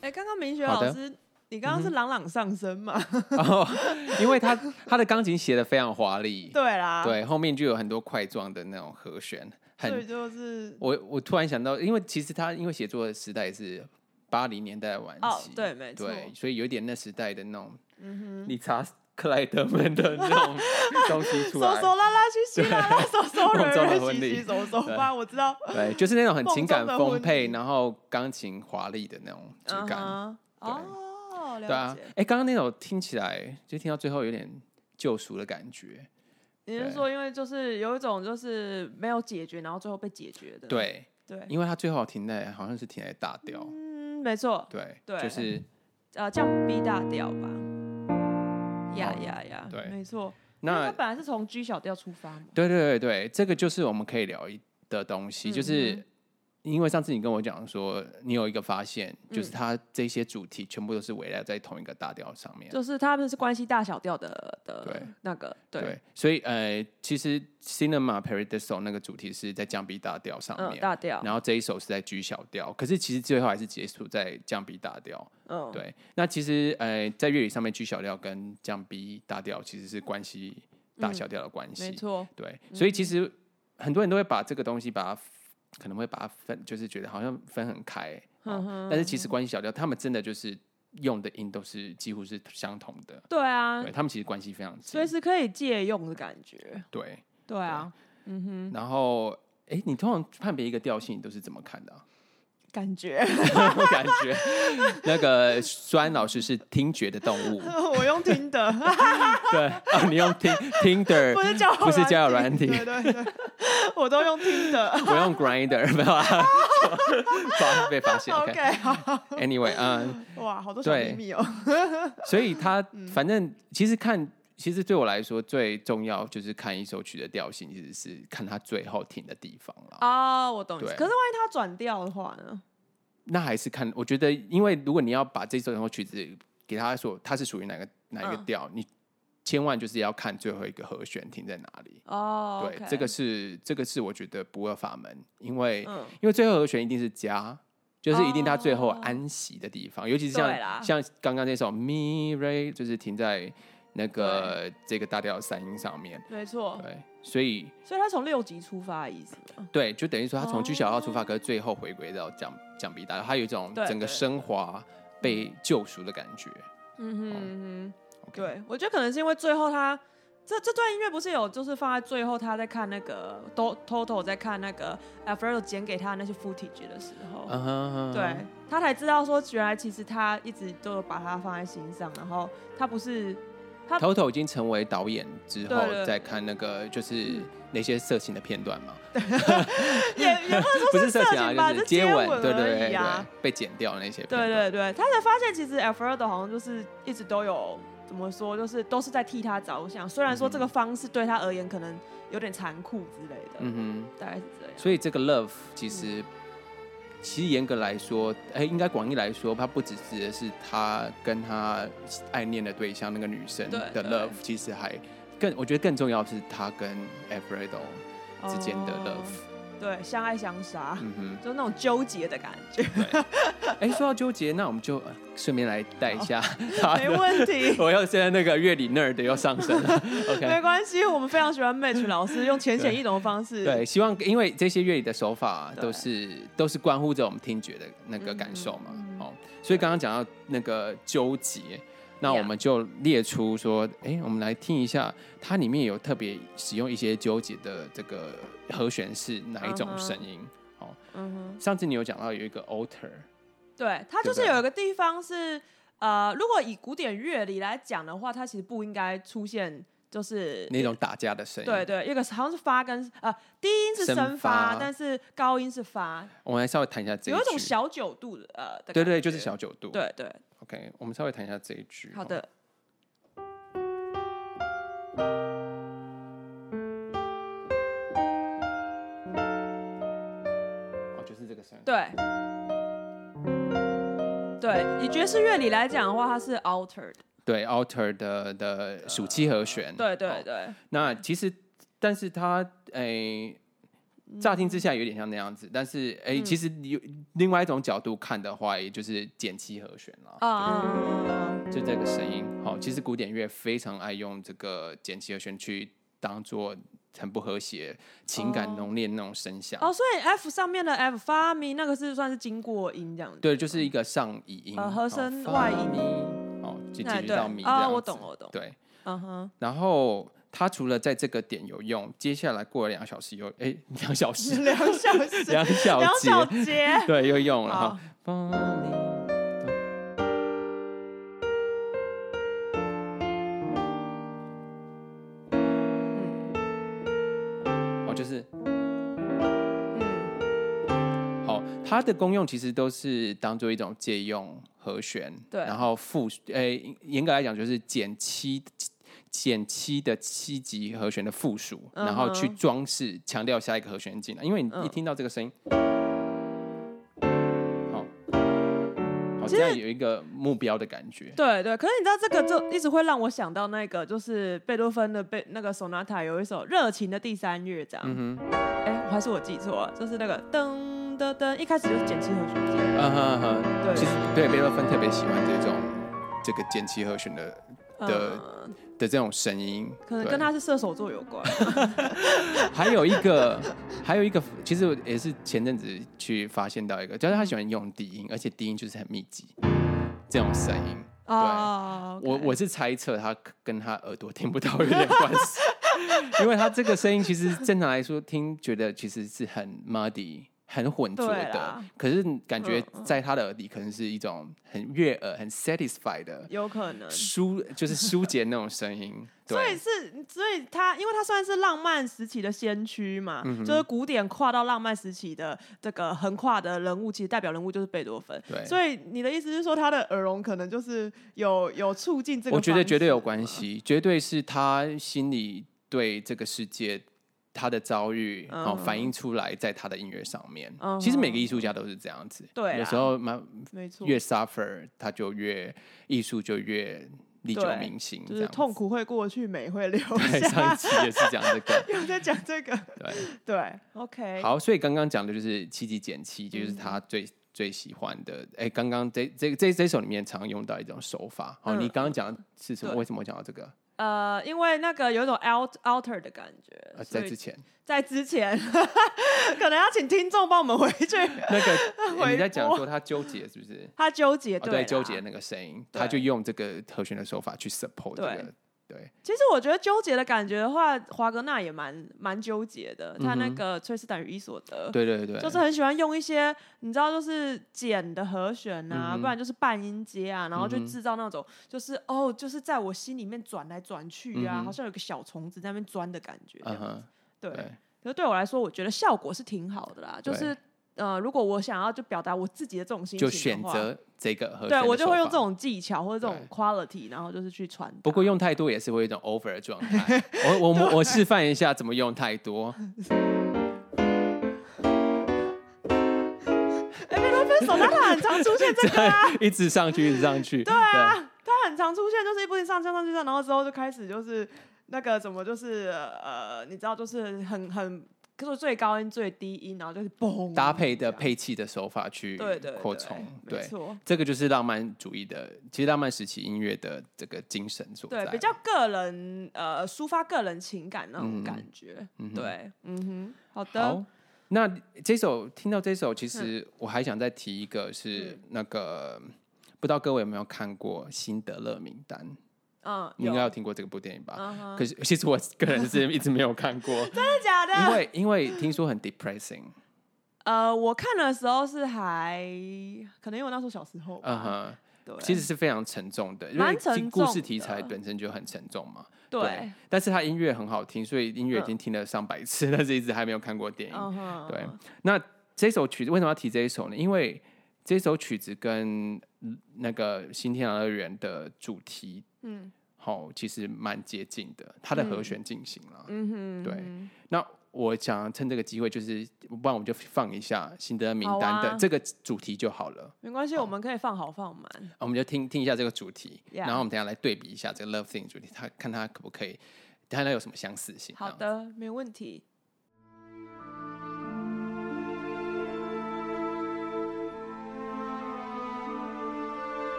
[SPEAKER 2] 哎，刚刚明学
[SPEAKER 1] 好
[SPEAKER 2] 老
[SPEAKER 1] 的嗯
[SPEAKER 2] 师，你刚刚是朗朗上身嘛？
[SPEAKER 1] 哦，因为他他的钢琴写的非常华丽，
[SPEAKER 2] 对啦，，
[SPEAKER 1] 对，后面就有很多块状的那种和弦，
[SPEAKER 2] 所以
[SPEAKER 1] 很。
[SPEAKER 2] 就是
[SPEAKER 1] 我我突然想到，因为其实他因为写作的时代是八零年代的晚期，
[SPEAKER 2] 哦，对，没错，嗯
[SPEAKER 1] 对，所以有点那时代的那种，理查克莱德们的 那种东西
[SPEAKER 2] 手
[SPEAKER 1] 出来，
[SPEAKER 2] 手拉拉去西拉拉，手手
[SPEAKER 1] 梦
[SPEAKER 2] 人
[SPEAKER 1] 中的
[SPEAKER 2] 人
[SPEAKER 1] 婚
[SPEAKER 2] 洗
[SPEAKER 1] 礼
[SPEAKER 2] 洗手手
[SPEAKER 1] 对
[SPEAKER 2] 吧，我知道，
[SPEAKER 1] 对，就是那种很
[SPEAKER 2] 梦
[SPEAKER 1] 情
[SPEAKER 2] 中
[SPEAKER 1] 感
[SPEAKER 2] 的
[SPEAKER 1] 丰
[SPEAKER 2] 婚
[SPEAKER 1] 沛，
[SPEAKER 2] 礼
[SPEAKER 1] 然后钢琴华丽的那种质
[SPEAKER 2] 嗯
[SPEAKER 1] 感。
[SPEAKER 2] 哼哦，
[SPEAKER 1] 对
[SPEAKER 2] 了
[SPEAKER 1] 啊
[SPEAKER 2] 解。，
[SPEAKER 1] 哎、刚刚那首听起来就听到最后有点救赎的感觉，
[SPEAKER 2] 你是
[SPEAKER 1] 对
[SPEAKER 2] 说，因为就是有一种就是没有解决，然后最后被解决的？
[SPEAKER 1] 对，
[SPEAKER 2] 对，
[SPEAKER 1] 因为它最后停在好像是停在大调，
[SPEAKER 2] 嗯，没错，
[SPEAKER 1] 对，
[SPEAKER 2] 对
[SPEAKER 1] 就是
[SPEAKER 2] 呃，降 B 大调吧。呀呀呀，
[SPEAKER 1] 哦对
[SPEAKER 2] 没错。因为
[SPEAKER 1] 那
[SPEAKER 2] 它本来是从 G 小调出发嘛。
[SPEAKER 1] 对对对对，这个就是我们可以聊一的东西，
[SPEAKER 2] 嗯
[SPEAKER 1] 就是因为上次你跟我讲说你有一个发现，
[SPEAKER 2] 嗯
[SPEAKER 1] 就是它这些主题全部都是围绕在同一个大调上面，
[SPEAKER 2] 就是他们是关系大小调的的
[SPEAKER 1] 对
[SPEAKER 2] 那个对，
[SPEAKER 1] 对，所以呃，其实 Cinema Paradiso 那个主题是在降 B 大调上
[SPEAKER 2] 嗯，
[SPEAKER 1] 面。
[SPEAKER 2] 大调，
[SPEAKER 1] 然后这一首是在 G 小调，可是其实最后还是结束在降 B 大调。
[SPEAKER 2] 嗯，
[SPEAKER 1] 对，那其实呃，在乐理上面，G 小调跟降 B 大调其实是关系大小调的关
[SPEAKER 2] 嗯
[SPEAKER 1] 系。
[SPEAKER 2] 没错，
[SPEAKER 1] 对，所以其实很多人都会把这个东西把它可能会把它分，就是觉得好像分很开。哦
[SPEAKER 2] 嗯哼
[SPEAKER 1] 但是其实关系小调，他们真的就是用的音都是几乎是相同的，
[SPEAKER 2] 对啊
[SPEAKER 1] 对，他们其实关系非常近
[SPEAKER 2] 随。时可以借用的感觉，
[SPEAKER 1] 对，
[SPEAKER 2] 对啊，
[SPEAKER 1] 然后哎，诶你通常判别一个调性，你都是怎么看的啊、
[SPEAKER 2] 感觉
[SPEAKER 1] 我感觉那个酸老师是听觉的动 物，
[SPEAKER 2] 我用听 的，
[SPEAKER 1] 对啊，你用听 Tinder，
[SPEAKER 2] 不是交友
[SPEAKER 1] 不是交友软体
[SPEAKER 2] 对对对， 我都用听 的
[SPEAKER 1] 我用 Grinder，没 有啊， 发被发现。
[SPEAKER 2] ，OK，好，
[SPEAKER 1] OK，Anyway，、嗯，
[SPEAKER 2] 哇，好多小秘
[SPEAKER 1] 对
[SPEAKER 2] 密哦，
[SPEAKER 1] 所以他反正其实看，其实对我来说最重要就是看一首曲的调性，其实是看它最后停的地方啦。
[SPEAKER 2] 啊，我懂你意思，
[SPEAKER 1] 对
[SPEAKER 2] 可是万一他转调的话呢？
[SPEAKER 1] 那还是看，我觉得，因为如果你要把这首曲子给他说，它是属于哪个哪一个
[SPEAKER 2] 嗯
[SPEAKER 1] 调，你千万就是要看最后一个和弦停在哪里。
[SPEAKER 2] 哦，
[SPEAKER 1] 对
[SPEAKER 2] OK
[SPEAKER 1] 这个是这个是我觉得不二法门，因为、
[SPEAKER 2] 嗯
[SPEAKER 1] 因为最后和弦一定是加，就是一定它最后
[SPEAKER 2] 哦
[SPEAKER 1] 安息的地方，尤其是
[SPEAKER 2] 对啦
[SPEAKER 1] 像像刚刚那首咪瑞，就是停在那个这个大调三音上面，
[SPEAKER 2] 没错，
[SPEAKER 1] 对，所以
[SPEAKER 2] 所以他从六级出发的意思嘛，
[SPEAKER 1] 对，就等于说它从 G
[SPEAKER 2] 哦
[SPEAKER 1] 小号出发，可是最后回归到降降 B 大调，它有一种
[SPEAKER 2] 对
[SPEAKER 1] 整个
[SPEAKER 2] 对
[SPEAKER 1] 升华被救赎的感觉。
[SPEAKER 2] 嗯哼嗯哼。
[SPEAKER 1] OK，
[SPEAKER 2] 对，我觉得可能是因为最后他这这段音乐不是有就是放在最后，他在看那个 Do- Toto 在看那个 Alfredo 剪给他那些 footage 的时候，
[SPEAKER 1] 嗯哼哼
[SPEAKER 2] 对他才知道说原来其实他一直都有把它放在心上，然后他不 是他
[SPEAKER 1] Toto 已经成为导演之后
[SPEAKER 2] 对对，嗯
[SPEAKER 1] 再看那个就是那些色情的片段嘛，
[SPEAKER 2] 也也不
[SPEAKER 1] 不是色
[SPEAKER 2] 色
[SPEAKER 1] 情
[SPEAKER 2] 情吧
[SPEAKER 1] 啊，就是
[SPEAKER 2] 就接吻
[SPEAKER 1] 吻，对对
[SPEAKER 2] 而已
[SPEAKER 1] 对对
[SPEAKER 2] 啊，
[SPEAKER 1] 被剪掉那些片
[SPEAKER 2] 对
[SPEAKER 1] 段。
[SPEAKER 2] 对对，他才发现其实 Alfredo 好像就是一直都有怎么说，就是都是在替他着想，虽然说这个方式对他而言可能有点残酷之类的，
[SPEAKER 1] 嗯
[SPEAKER 2] 大概是这样。
[SPEAKER 1] 哼，所以这个 love 其实、
[SPEAKER 2] 嗯
[SPEAKER 1] 其实严格来说，哎、应该广义来说，它不只指的是他跟他爱恋的对象那个女生
[SPEAKER 2] 对
[SPEAKER 1] 的
[SPEAKER 2] 对
[SPEAKER 1] love，其实还更我觉得更重要的是他跟 Alfredo 之间的
[SPEAKER 2] 哦
[SPEAKER 1] love。
[SPEAKER 2] 对，相爱相杀，
[SPEAKER 1] 嗯
[SPEAKER 2] 就那种纠结的感 觉，
[SPEAKER 1] 哼，哎、说到纠结，那我们就呃顺便来带一下他
[SPEAKER 2] 没
[SPEAKER 1] 的。
[SPEAKER 2] 问题。
[SPEAKER 1] 我又现在那个乐理 nerd 又上升 了，OK，
[SPEAKER 2] 没关系，我们非常喜欢 Match 老师用浅显易懂的方式，
[SPEAKER 1] 对，希望因为这些乐理的手法啊
[SPEAKER 2] 对
[SPEAKER 1] 都是都是关乎着我们听觉的那个感受
[SPEAKER 2] 嗯
[SPEAKER 1] 嘛，哦，所以刚刚讲到那个纠结，那
[SPEAKER 2] Yeah
[SPEAKER 1] 我们就列出说，哎、我们来听一下，它里面有特别使用一些纠结的这个和弦是哪一种
[SPEAKER 2] 嗯哼
[SPEAKER 1] 声音。哦，
[SPEAKER 2] 嗯哼，
[SPEAKER 1] 上次你有讲到有一个 alter，
[SPEAKER 2] 对，它就是
[SPEAKER 1] 对不对
[SPEAKER 2] 有一个地方是，呃，如果以古典乐理来讲的话，它其实不应该出现就是
[SPEAKER 1] 那种打架的声音。
[SPEAKER 2] 对对，一个好像是发跟呃低音是
[SPEAKER 1] 升
[SPEAKER 2] 升
[SPEAKER 1] 发
[SPEAKER 2] 发，但是高音是发，
[SPEAKER 1] 我们来稍微谈一下这一
[SPEAKER 2] 有一种
[SPEAKER 1] 句。
[SPEAKER 2] 小九度的呃的，
[SPEAKER 1] 对对，就是，小九度。
[SPEAKER 2] 对对，
[SPEAKER 1] ，OK，我们稍微谈一下这一句。
[SPEAKER 2] 好
[SPEAKER 1] 哦
[SPEAKER 2] 的，
[SPEAKER 1] 哦，就是这个声音。
[SPEAKER 2] 对。对，以爵士乐理来讲的话，它是 altered，
[SPEAKER 1] 对，alter 的的暑期和弦。
[SPEAKER 2] 对
[SPEAKER 1] 哦
[SPEAKER 2] 对对，
[SPEAKER 1] 那其实，但是它诶、乍听之下有点像那样子，但是哎、
[SPEAKER 2] 嗯
[SPEAKER 1] 其实有另外一种角度看的话，也就是减七和弦啦。
[SPEAKER 2] 啊啊啊啊啊！
[SPEAKER 1] 就这个声音，好、其实古典乐非常爱用这个减七和弦去当做很不和谐、情感浓烈的那种声响。
[SPEAKER 2] 哦，所以 F 上面的 F 发明那个是算是经过音这样子。
[SPEAKER 1] 对，就是一个上乙音，
[SPEAKER 2] 呃和
[SPEAKER 1] 哦
[SPEAKER 2] 声
[SPEAKER 1] 发
[SPEAKER 2] 外音
[SPEAKER 1] 咪，哦，就
[SPEAKER 2] 哎
[SPEAKER 1] 解决
[SPEAKER 2] 对
[SPEAKER 1] 到咪这
[SPEAKER 2] 啊
[SPEAKER 1] 样
[SPEAKER 2] 我
[SPEAKER 1] 子
[SPEAKER 2] 懂我懂
[SPEAKER 1] 对，
[SPEAKER 2] 嗯哼，
[SPEAKER 1] 然后它除了在这个点有用，接下来过了两个小时有，哎，两小时，
[SPEAKER 2] 两 小时，
[SPEAKER 1] 两小
[SPEAKER 2] 两
[SPEAKER 1] 节，
[SPEAKER 2] 小 节。
[SPEAKER 1] 对，又用了
[SPEAKER 2] 好
[SPEAKER 1] 哈。帮
[SPEAKER 2] 嗯
[SPEAKER 1] 你哦，就是
[SPEAKER 2] 嗯
[SPEAKER 1] 哦，它的功用其实都是当做一种借用和弦，
[SPEAKER 2] 对
[SPEAKER 1] 然后复，诶，严格来讲就是减七减七的七级和弦的附属，
[SPEAKER 2] 嗯哼
[SPEAKER 1] 然后去装饰强调下一个和弦进来，因为你
[SPEAKER 2] 嗯
[SPEAKER 1] 一听到这个声音，好，好，
[SPEAKER 2] 其
[SPEAKER 1] 这样有一个目标的感觉，
[SPEAKER 2] 对对，可是你知道这个就一直会让我想到那个，就是贝多芬的贝那个 sonata 有一首《热情的第三乐章》，
[SPEAKER 1] 嗯哼，
[SPEAKER 2] 哎、还是我记错了，就是那个噔噔噔，一开始就是减七和弦键，
[SPEAKER 1] 嗯哼嗯哼，
[SPEAKER 2] 对，
[SPEAKER 1] 其实对贝多芬特别喜欢这种这个减七和弦的的
[SPEAKER 2] 嗯、
[SPEAKER 1] 的这种声音，
[SPEAKER 2] 可能
[SPEAKER 1] 对
[SPEAKER 2] 跟他是射手座有 关，
[SPEAKER 1] 还有一个， 还有一个，其实我也是前阵子去发现到一个，就是他喜欢用低音，而且低音就是很密集这种声音。
[SPEAKER 2] 哦，
[SPEAKER 1] 我
[SPEAKER 2] OK
[SPEAKER 1] 我是猜测他跟他耳朵听不到有点关系， 因为他这个声音其实正常来说听觉得其实是很 muddy。很浑浊
[SPEAKER 2] 对
[SPEAKER 1] 的
[SPEAKER 2] 啦，
[SPEAKER 1] 可是感觉
[SPEAKER 2] 嗯嗯
[SPEAKER 1] 在他的耳底可能是一种很悦耳、很 satisfied 的
[SPEAKER 2] 有可能。
[SPEAKER 1] 舒，就是疏解那种声音。对。
[SPEAKER 2] 所以是，所以他，因为他算是浪漫时期的先驱嘛，
[SPEAKER 1] 嗯
[SPEAKER 2] 就是古典跨到浪漫时期的这个横跨的人物，其实代表人物就是贝多芬。
[SPEAKER 1] 对
[SPEAKER 2] 所以你的意思是说，他的耳聋可能就是有有促进这个？
[SPEAKER 1] 我觉得绝对有。关系，绝对是他心里对这个世界他的遭遇，
[SPEAKER 2] 嗯
[SPEAKER 1] 哦，反映出来在他的音乐上面。
[SPEAKER 2] 嗯
[SPEAKER 1] 其实每个艺术家都是这样子，
[SPEAKER 2] 对啊
[SPEAKER 1] 有时候蛮
[SPEAKER 2] 没错，
[SPEAKER 1] 越 suffer，他就越艺术就越历久
[SPEAKER 2] 对
[SPEAKER 1] 弥新，
[SPEAKER 2] 就
[SPEAKER 1] 这
[SPEAKER 2] 是
[SPEAKER 1] 样子
[SPEAKER 2] 痛。苦会过去，美会留
[SPEAKER 1] 对，
[SPEAKER 2] 下，
[SPEAKER 1] 上一。期也是讲这个
[SPEAKER 2] 又在讲这个，
[SPEAKER 1] 对，
[SPEAKER 2] 对，OK，，
[SPEAKER 1] 好，所以刚刚讲的就是七级减七，就是
[SPEAKER 2] 嗯
[SPEAKER 1] 他最。最喜欢的，哎，刚刚这这这这首里面常用到一种手法，哦，
[SPEAKER 2] 嗯
[SPEAKER 1] 你刚刚讲的是什么？
[SPEAKER 2] 对
[SPEAKER 1] 为什么我讲到这个？
[SPEAKER 2] 呃，因为那个有一种 out outer 的感觉，
[SPEAKER 1] 呃，
[SPEAKER 2] 所
[SPEAKER 1] 在
[SPEAKER 2] 以
[SPEAKER 1] 之前，
[SPEAKER 2] 在之前， 可能要请听众帮我们回去，
[SPEAKER 1] 那 个、
[SPEAKER 2] 回
[SPEAKER 1] 你在讲
[SPEAKER 2] 拨
[SPEAKER 1] 说他纠结是不是？
[SPEAKER 2] 他纠结，
[SPEAKER 1] 哦、对，
[SPEAKER 2] 啦
[SPEAKER 1] 纠结那个声音，他就
[SPEAKER 2] 对
[SPEAKER 1] 用这个和弦的手法去 support 这
[SPEAKER 2] 对
[SPEAKER 1] 个，对，
[SPEAKER 2] 其实我觉得纠结的感觉的话，华格纳也蛮蛮纠结的。他那个《崔斯坦与伊索德》
[SPEAKER 1] 嗯对对对，
[SPEAKER 2] 就是很喜欢用一些你知道，就是简的和弦啊，
[SPEAKER 1] 嗯哼
[SPEAKER 2] 不然就是半音阶啊，然后就
[SPEAKER 1] 嗯哼
[SPEAKER 2] 制造那种就是哦，就是在我心里面转来转去啊，
[SPEAKER 1] 嗯哼
[SPEAKER 2] 好像有个小虫子在那边钻的感觉这
[SPEAKER 1] 嗯
[SPEAKER 2] 样。
[SPEAKER 1] 哼，
[SPEAKER 2] 对，
[SPEAKER 1] 对，
[SPEAKER 2] 可是对我来说，我觉得效果是挺好的啦，就是
[SPEAKER 1] 对。
[SPEAKER 2] 呃，如果我想要就表达我自己的这种心情
[SPEAKER 1] 就
[SPEAKER 2] 的
[SPEAKER 1] 选
[SPEAKER 2] 话，
[SPEAKER 1] 择这个和弦，
[SPEAKER 2] 对我就会用这。种技巧或者这种
[SPEAKER 1] 对
[SPEAKER 2] quality，然后就是去传达。
[SPEAKER 1] 不过用太多也是会有一种 over 的状态。 我我我我示范一下怎么用太多。
[SPEAKER 2] 哎，贝多芬手他很常出现这个啊，
[SPEAKER 1] 一直上去，一直上去。对
[SPEAKER 2] 啊，他很常出现，就是一部分上上上去上，然后之后就开始就是那个怎么就是呃，你知道就是很很就是最高音最低音，然后就是嘣
[SPEAKER 1] 搭配的
[SPEAKER 2] 这样
[SPEAKER 1] 配器的手法去
[SPEAKER 2] 对对对
[SPEAKER 1] 扩充，
[SPEAKER 2] 没
[SPEAKER 1] 对，
[SPEAKER 2] 错，
[SPEAKER 1] 这个就是浪漫主义的，其实浪漫时期音乐的这个精神所在
[SPEAKER 2] 对
[SPEAKER 1] 了。
[SPEAKER 2] 比较个人呃抒发个人情感那种
[SPEAKER 1] 嗯
[SPEAKER 2] 感觉，
[SPEAKER 1] 嗯哼
[SPEAKER 2] 对，嗯哼，好的，
[SPEAKER 1] 好，那这首听到这首，其实我还想再提一个是，
[SPEAKER 2] 嗯
[SPEAKER 1] 那个不知道各位有没有看过《辛德勒名单》？
[SPEAKER 2] 嗯，
[SPEAKER 1] 你应该有
[SPEAKER 2] 有，
[SPEAKER 1] 听过这个部电影吧？
[SPEAKER 2] 嗯哼，
[SPEAKER 1] 可是其实我个人是一直没有看 过，
[SPEAKER 2] 真的假
[SPEAKER 1] 因
[SPEAKER 2] 的？
[SPEAKER 1] 为因为听说很 depressing。
[SPEAKER 2] 呃，我看的时候是还可能因为我那时候小时候吧，
[SPEAKER 1] 嗯哼，
[SPEAKER 2] 对，
[SPEAKER 1] 其实是非常沉重的，因
[SPEAKER 2] 蛮
[SPEAKER 1] 为
[SPEAKER 2] 沉重
[SPEAKER 1] 故事题材
[SPEAKER 2] 的
[SPEAKER 1] 本身就很沉重嘛。
[SPEAKER 2] 对，，
[SPEAKER 1] 但是它音乐很好听，所以音乐已
[SPEAKER 2] 嗯
[SPEAKER 1] 经听了上百次， 但是一直还没有看过电影。
[SPEAKER 2] 嗯哼，
[SPEAKER 1] 对，那这首曲子为什么要提这一首呢？因为这首曲子跟嗯那个《新天堂乐园》的主题，
[SPEAKER 2] 嗯
[SPEAKER 1] 好、其实蛮接近的，它的和
[SPEAKER 2] 嗯
[SPEAKER 1] 弦进行了。
[SPEAKER 2] 嗯哼，
[SPEAKER 1] 对
[SPEAKER 2] 嗯哼。
[SPEAKER 1] 那我想趁这个机会，就是不然我们就放一下《辛德勒名单》
[SPEAKER 2] 好啊
[SPEAKER 1] 的这个主题就好了，
[SPEAKER 2] 没关系，我们可以放好放满。
[SPEAKER 1] 啊我们就听听一下这个主题
[SPEAKER 2] Yeah
[SPEAKER 1] 然后我们等一下来对比一下这个《Love Thing》主题，它看它可不可以，看它有什么相似性。啊
[SPEAKER 2] 好
[SPEAKER 1] 这样子，
[SPEAKER 2] 的，没问题。
[SPEAKER 3] Thank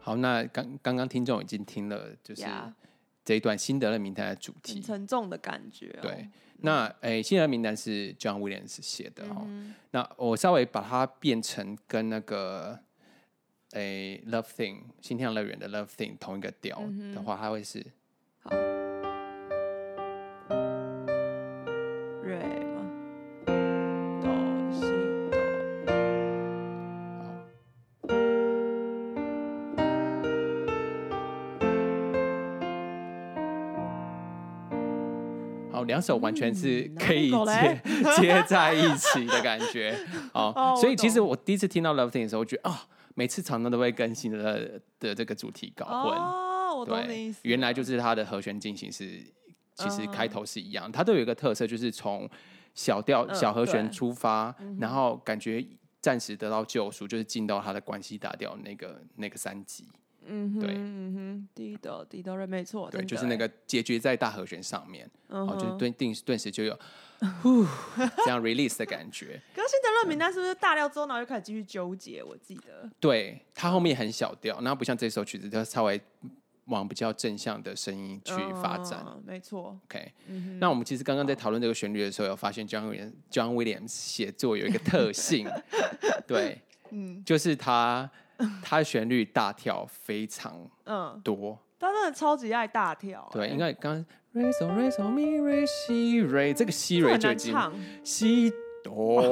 [SPEAKER 1] 好，那刚刚刚听众已经听了，就是
[SPEAKER 2] 呀，
[SPEAKER 1] 这一段辛德勒名单的主
[SPEAKER 2] 很
[SPEAKER 1] 题。
[SPEAKER 2] 沉重的感觉、哦。
[SPEAKER 1] 对，那诶，辛德勒名单是 John Williams 写的哦。
[SPEAKER 2] 嗯
[SPEAKER 1] 那我稍微把它变成跟那个诶《Love Thing》心跳乐园的《Love Thing》同一个调
[SPEAKER 2] 嗯
[SPEAKER 1] 的话，它会是
[SPEAKER 2] 哼瑞嘛，哆西哆，
[SPEAKER 1] 好两首完全是
[SPEAKER 2] 嗯
[SPEAKER 1] 可以
[SPEAKER 2] 哪里狗嘞
[SPEAKER 1] 接 接在一起的感觉
[SPEAKER 2] 哦
[SPEAKER 1] 哦
[SPEAKER 2] 我。
[SPEAKER 1] 所以其实
[SPEAKER 2] 懂
[SPEAKER 1] 我第一次听到《Love Thing》的时候，我觉得啊，每次常常都会跟辛德勒的这个主题搞混。
[SPEAKER 2] 哦，我懂你意
[SPEAKER 1] 对
[SPEAKER 2] 思，。
[SPEAKER 1] 原来就是它的和弦进行是，其实
[SPEAKER 2] 嗯
[SPEAKER 1] 开头是一样，它都有一个特色，就是从小调、
[SPEAKER 2] 嗯
[SPEAKER 1] 小和弦
[SPEAKER 2] 对嗯
[SPEAKER 1] 出发，然后感觉暂时得到救赎，就是进到它的关系大调那个那个三级，
[SPEAKER 2] 嗯哼，
[SPEAKER 1] 对
[SPEAKER 2] 嗯哼，低哆低哆瑞，没错，
[SPEAKER 1] 对，
[SPEAKER 2] 真的
[SPEAKER 1] 就是那
[SPEAKER 2] 欸，
[SPEAKER 1] 个解决在大和弦上面，
[SPEAKER 2] 嗯
[SPEAKER 1] 然后
[SPEAKER 2] 哼，
[SPEAKER 1] 就顿定顿时就有呼这样 release 的感觉。
[SPEAKER 2] 可是辛德勒名单是不是大料之后，然后就开始继续纠结？我记得，
[SPEAKER 1] 对，它后面很小调，那不像这首曲子，它稍微往比较正向的声音去发展。
[SPEAKER 2] 嗯没错，
[SPEAKER 1] OK，、那
[SPEAKER 2] 嗯
[SPEAKER 1] 我们其实刚刚在讨论这个旋律的时候，有发现 John Williams John Williams 写作有一个 特性，对，
[SPEAKER 2] 嗯
[SPEAKER 1] 就是他他的旋律大跳非常
[SPEAKER 2] 嗯，
[SPEAKER 1] 多，
[SPEAKER 2] 他真的超级爱大跳，
[SPEAKER 1] 对，
[SPEAKER 2] 欸
[SPEAKER 1] 应该刚 Re So Re So Mi Re Si Re 这个 Si
[SPEAKER 2] 这
[SPEAKER 1] Re
[SPEAKER 2] 很
[SPEAKER 1] 就已
[SPEAKER 2] 难
[SPEAKER 1] 经
[SPEAKER 2] 唱，
[SPEAKER 1] 西 哆，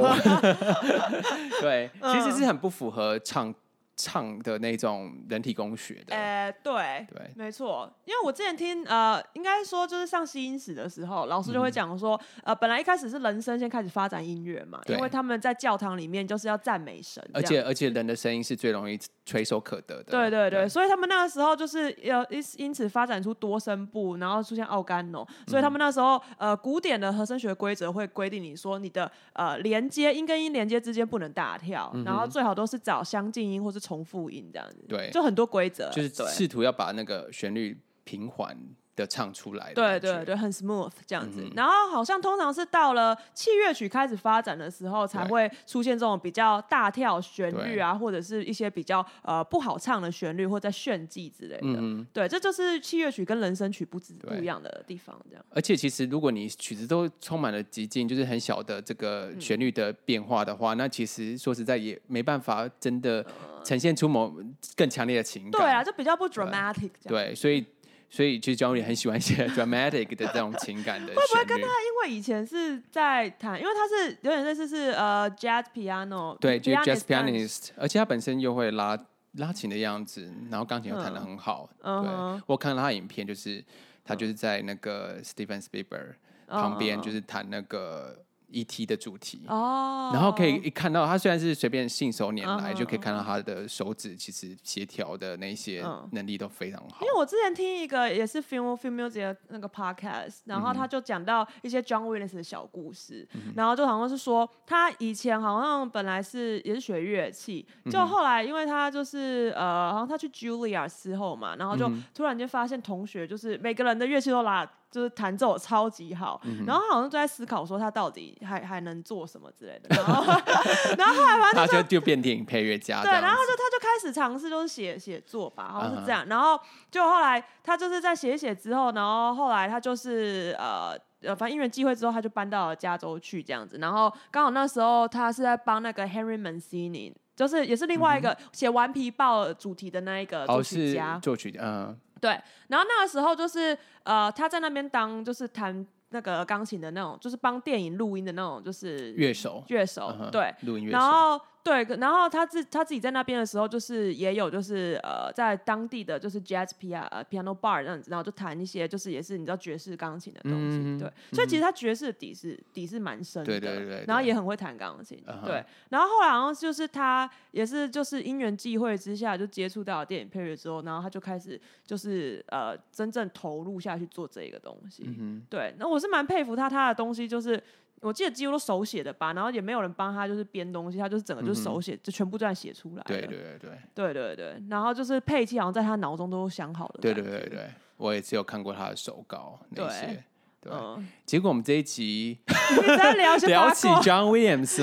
[SPEAKER 1] 对，其实
[SPEAKER 2] 嗯
[SPEAKER 1] 是很不符合唱唱的那种人体工学的，
[SPEAKER 2] 哎，对。
[SPEAKER 1] 对，
[SPEAKER 2] 没错，因为我之前听呃，应该说就是上西音史的时候，老师就会
[SPEAKER 1] 嗯
[SPEAKER 2] 讲说，呃，本来一开始是人声先开始发展音乐嘛，
[SPEAKER 1] 对
[SPEAKER 2] 因为他们在教堂里面就是要赞美神，
[SPEAKER 1] 而
[SPEAKER 2] 这样
[SPEAKER 1] 且而且人的声音是最容易垂手可得的，
[SPEAKER 2] 对对对，所以他们那个时候就是要因因此发展出多声部，然后出现奥甘农，所以他们
[SPEAKER 1] 嗯
[SPEAKER 2] 那时候呃古典的和声学规则会规定你说你的呃连接音跟音连接之间不能大跳，然后最好都是找相近音或是重复音这样子，
[SPEAKER 1] 嗯对
[SPEAKER 2] 就很多规则，
[SPEAKER 1] 就是
[SPEAKER 2] 对
[SPEAKER 1] 试图要把那个旋律平缓的唱出来的
[SPEAKER 2] 对
[SPEAKER 1] 感觉。嗯
[SPEAKER 2] 对对，很 smooth 这样子。然后好像通常是到了器乐曲开始发展的时候，才
[SPEAKER 1] 对
[SPEAKER 2] 会出现这种比较大跳旋律啊，或者是一些比较呃不好唱的旋律或在炫技之类的。
[SPEAKER 1] 嗯
[SPEAKER 2] 对，这就是器乐曲跟人声曲不只
[SPEAKER 1] 对
[SPEAKER 2] 不一样的地方，这样。
[SPEAKER 1] 而且其实如果你曲子都充满了极进，就是很小的这
[SPEAKER 2] 嗯
[SPEAKER 1] 个旋律的变化的话，那其实说实在也没办法真的呈现出某更强烈的情
[SPEAKER 2] 嗯对啊，
[SPEAKER 1] 感。
[SPEAKER 2] 就比较不 dramatic 这样。
[SPEAKER 1] 对，所以所以其实 Johnny 很喜欢写 dramatic 的这种情感的旋律。
[SPEAKER 2] 因为以前是在弹，因为他是有点类似是呃 jazz piano，
[SPEAKER 1] 对，就是 jazz
[SPEAKER 2] pianist，
[SPEAKER 1] pianist，而且他本身又会拉拉琴的样子，然后钢琴又弹得很好。
[SPEAKER 2] 嗯
[SPEAKER 1] 对
[SPEAKER 2] 哼，
[SPEAKER 1] 我看了他的影片，就是他就是在那个 Steven Spielberg 旁边，就是弹那个 E.T. 的主题。
[SPEAKER 2] 嗯哦，
[SPEAKER 1] 然后可以一看到，他虽然是随便信手拈来，
[SPEAKER 2] 嗯
[SPEAKER 1] 就可以看到他的手指其实协调的那些
[SPEAKER 2] 嗯
[SPEAKER 1] 能力都非常好
[SPEAKER 2] 因。为我之前听一个也是 film film music 的那个 podcast，然后他就讲到一些 John Williams 的小故事，然后就好像是说他以前好像本来是也是学乐器，就后来因为他就是呃，好像他去 Juilliard 之后嘛，然后就突然间发现同学就是每个人的乐器都拉。就是弹奏超级好，然后他好像就在思考说他到底还还能做什么之类的，然后 然后后来反正
[SPEAKER 1] 他就就变电影配乐啊家这
[SPEAKER 2] 对，然
[SPEAKER 1] 样
[SPEAKER 2] 后
[SPEAKER 1] 子。
[SPEAKER 2] 他就他就开始尝试就是写写作吧，好像
[SPEAKER 1] 嗯哼
[SPEAKER 2] 是这样。然后就后来他就是在写一写之后，然后后来他就是呃。呃，反正因缘际会之后，他就搬到了加州去这样子。然后刚好那时候他是在帮那个 Henry Mancini，就是也是另外一个写《顽皮豹》主题的那一个作
[SPEAKER 1] 嗯哦，
[SPEAKER 2] 曲
[SPEAKER 1] 是
[SPEAKER 2] 家。
[SPEAKER 1] 作曲家，嗯，
[SPEAKER 2] 对，然后那个时候就是呃，他在那边当就是弹那个钢琴的那种，就是帮电影录音的那种，就是
[SPEAKER 1] 乐手，
[SPEAKER 2] 乐手。
[SPEAKER 1] 嗯哼
[SPEAKER 2] 对，，
[SPEAKER 1] 录音乐
[SPEAKER 2] 然
[SPEAKER 1] 手，
[SPEAKER 2] 后对，可然后他自他自己在那边的时候，就是也有就是呃，在当地的就是 jazz piano、呃、piano bar 这样子，然后就弹一些就是也是你知道爵士钢琴的东西，
[SPEAKER 1] 嗯
[SPEAKER 2] 对，所以其实他爵士的底是底是蛮深的，
[SPEAKER 1] 对对对对
[SPEAKER 2] 然后也很会弹钢琴，
[SPEAKER 1] 嗯哼
[SPEAKER 2] 对，然后后来好像就是他也是就是因缘际会之下就接触到了电影配乐之后，然后他就开始就是呃真正投入下去做这个东西，
[SPEAKER 1] 嗯
[SPEAKER 2] 对，那我是蛮佩服他，他的东西就是我记得几乎都手写的吧，然后也没有人帮他就是编东西，他就是整个就是手写，就全部这样写出来
[SPEAKER 1] 嗯哼，对
[SPEAKER 2] 了
[SPEAKER 1] 对对对。
[SPEAKER 2] 对对对然后就是配器好像在他脑中都想好了，
[SPEAKER 1] 对对对，对，我也只有看过他的手稿那
[SPEAKER 2] 对
[SPEAKER 1] 些，对。
[SPEAKER 2] 嗯，
[SPEAKER 1] 结果我们这一集
[SPEAKER 2] 你在聊些八
[SPEAKER 1] 聊
[SPEAKER 2] 卦
[SPEAKER 1] 起 John Williams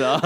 [SPEAKER 1] 了，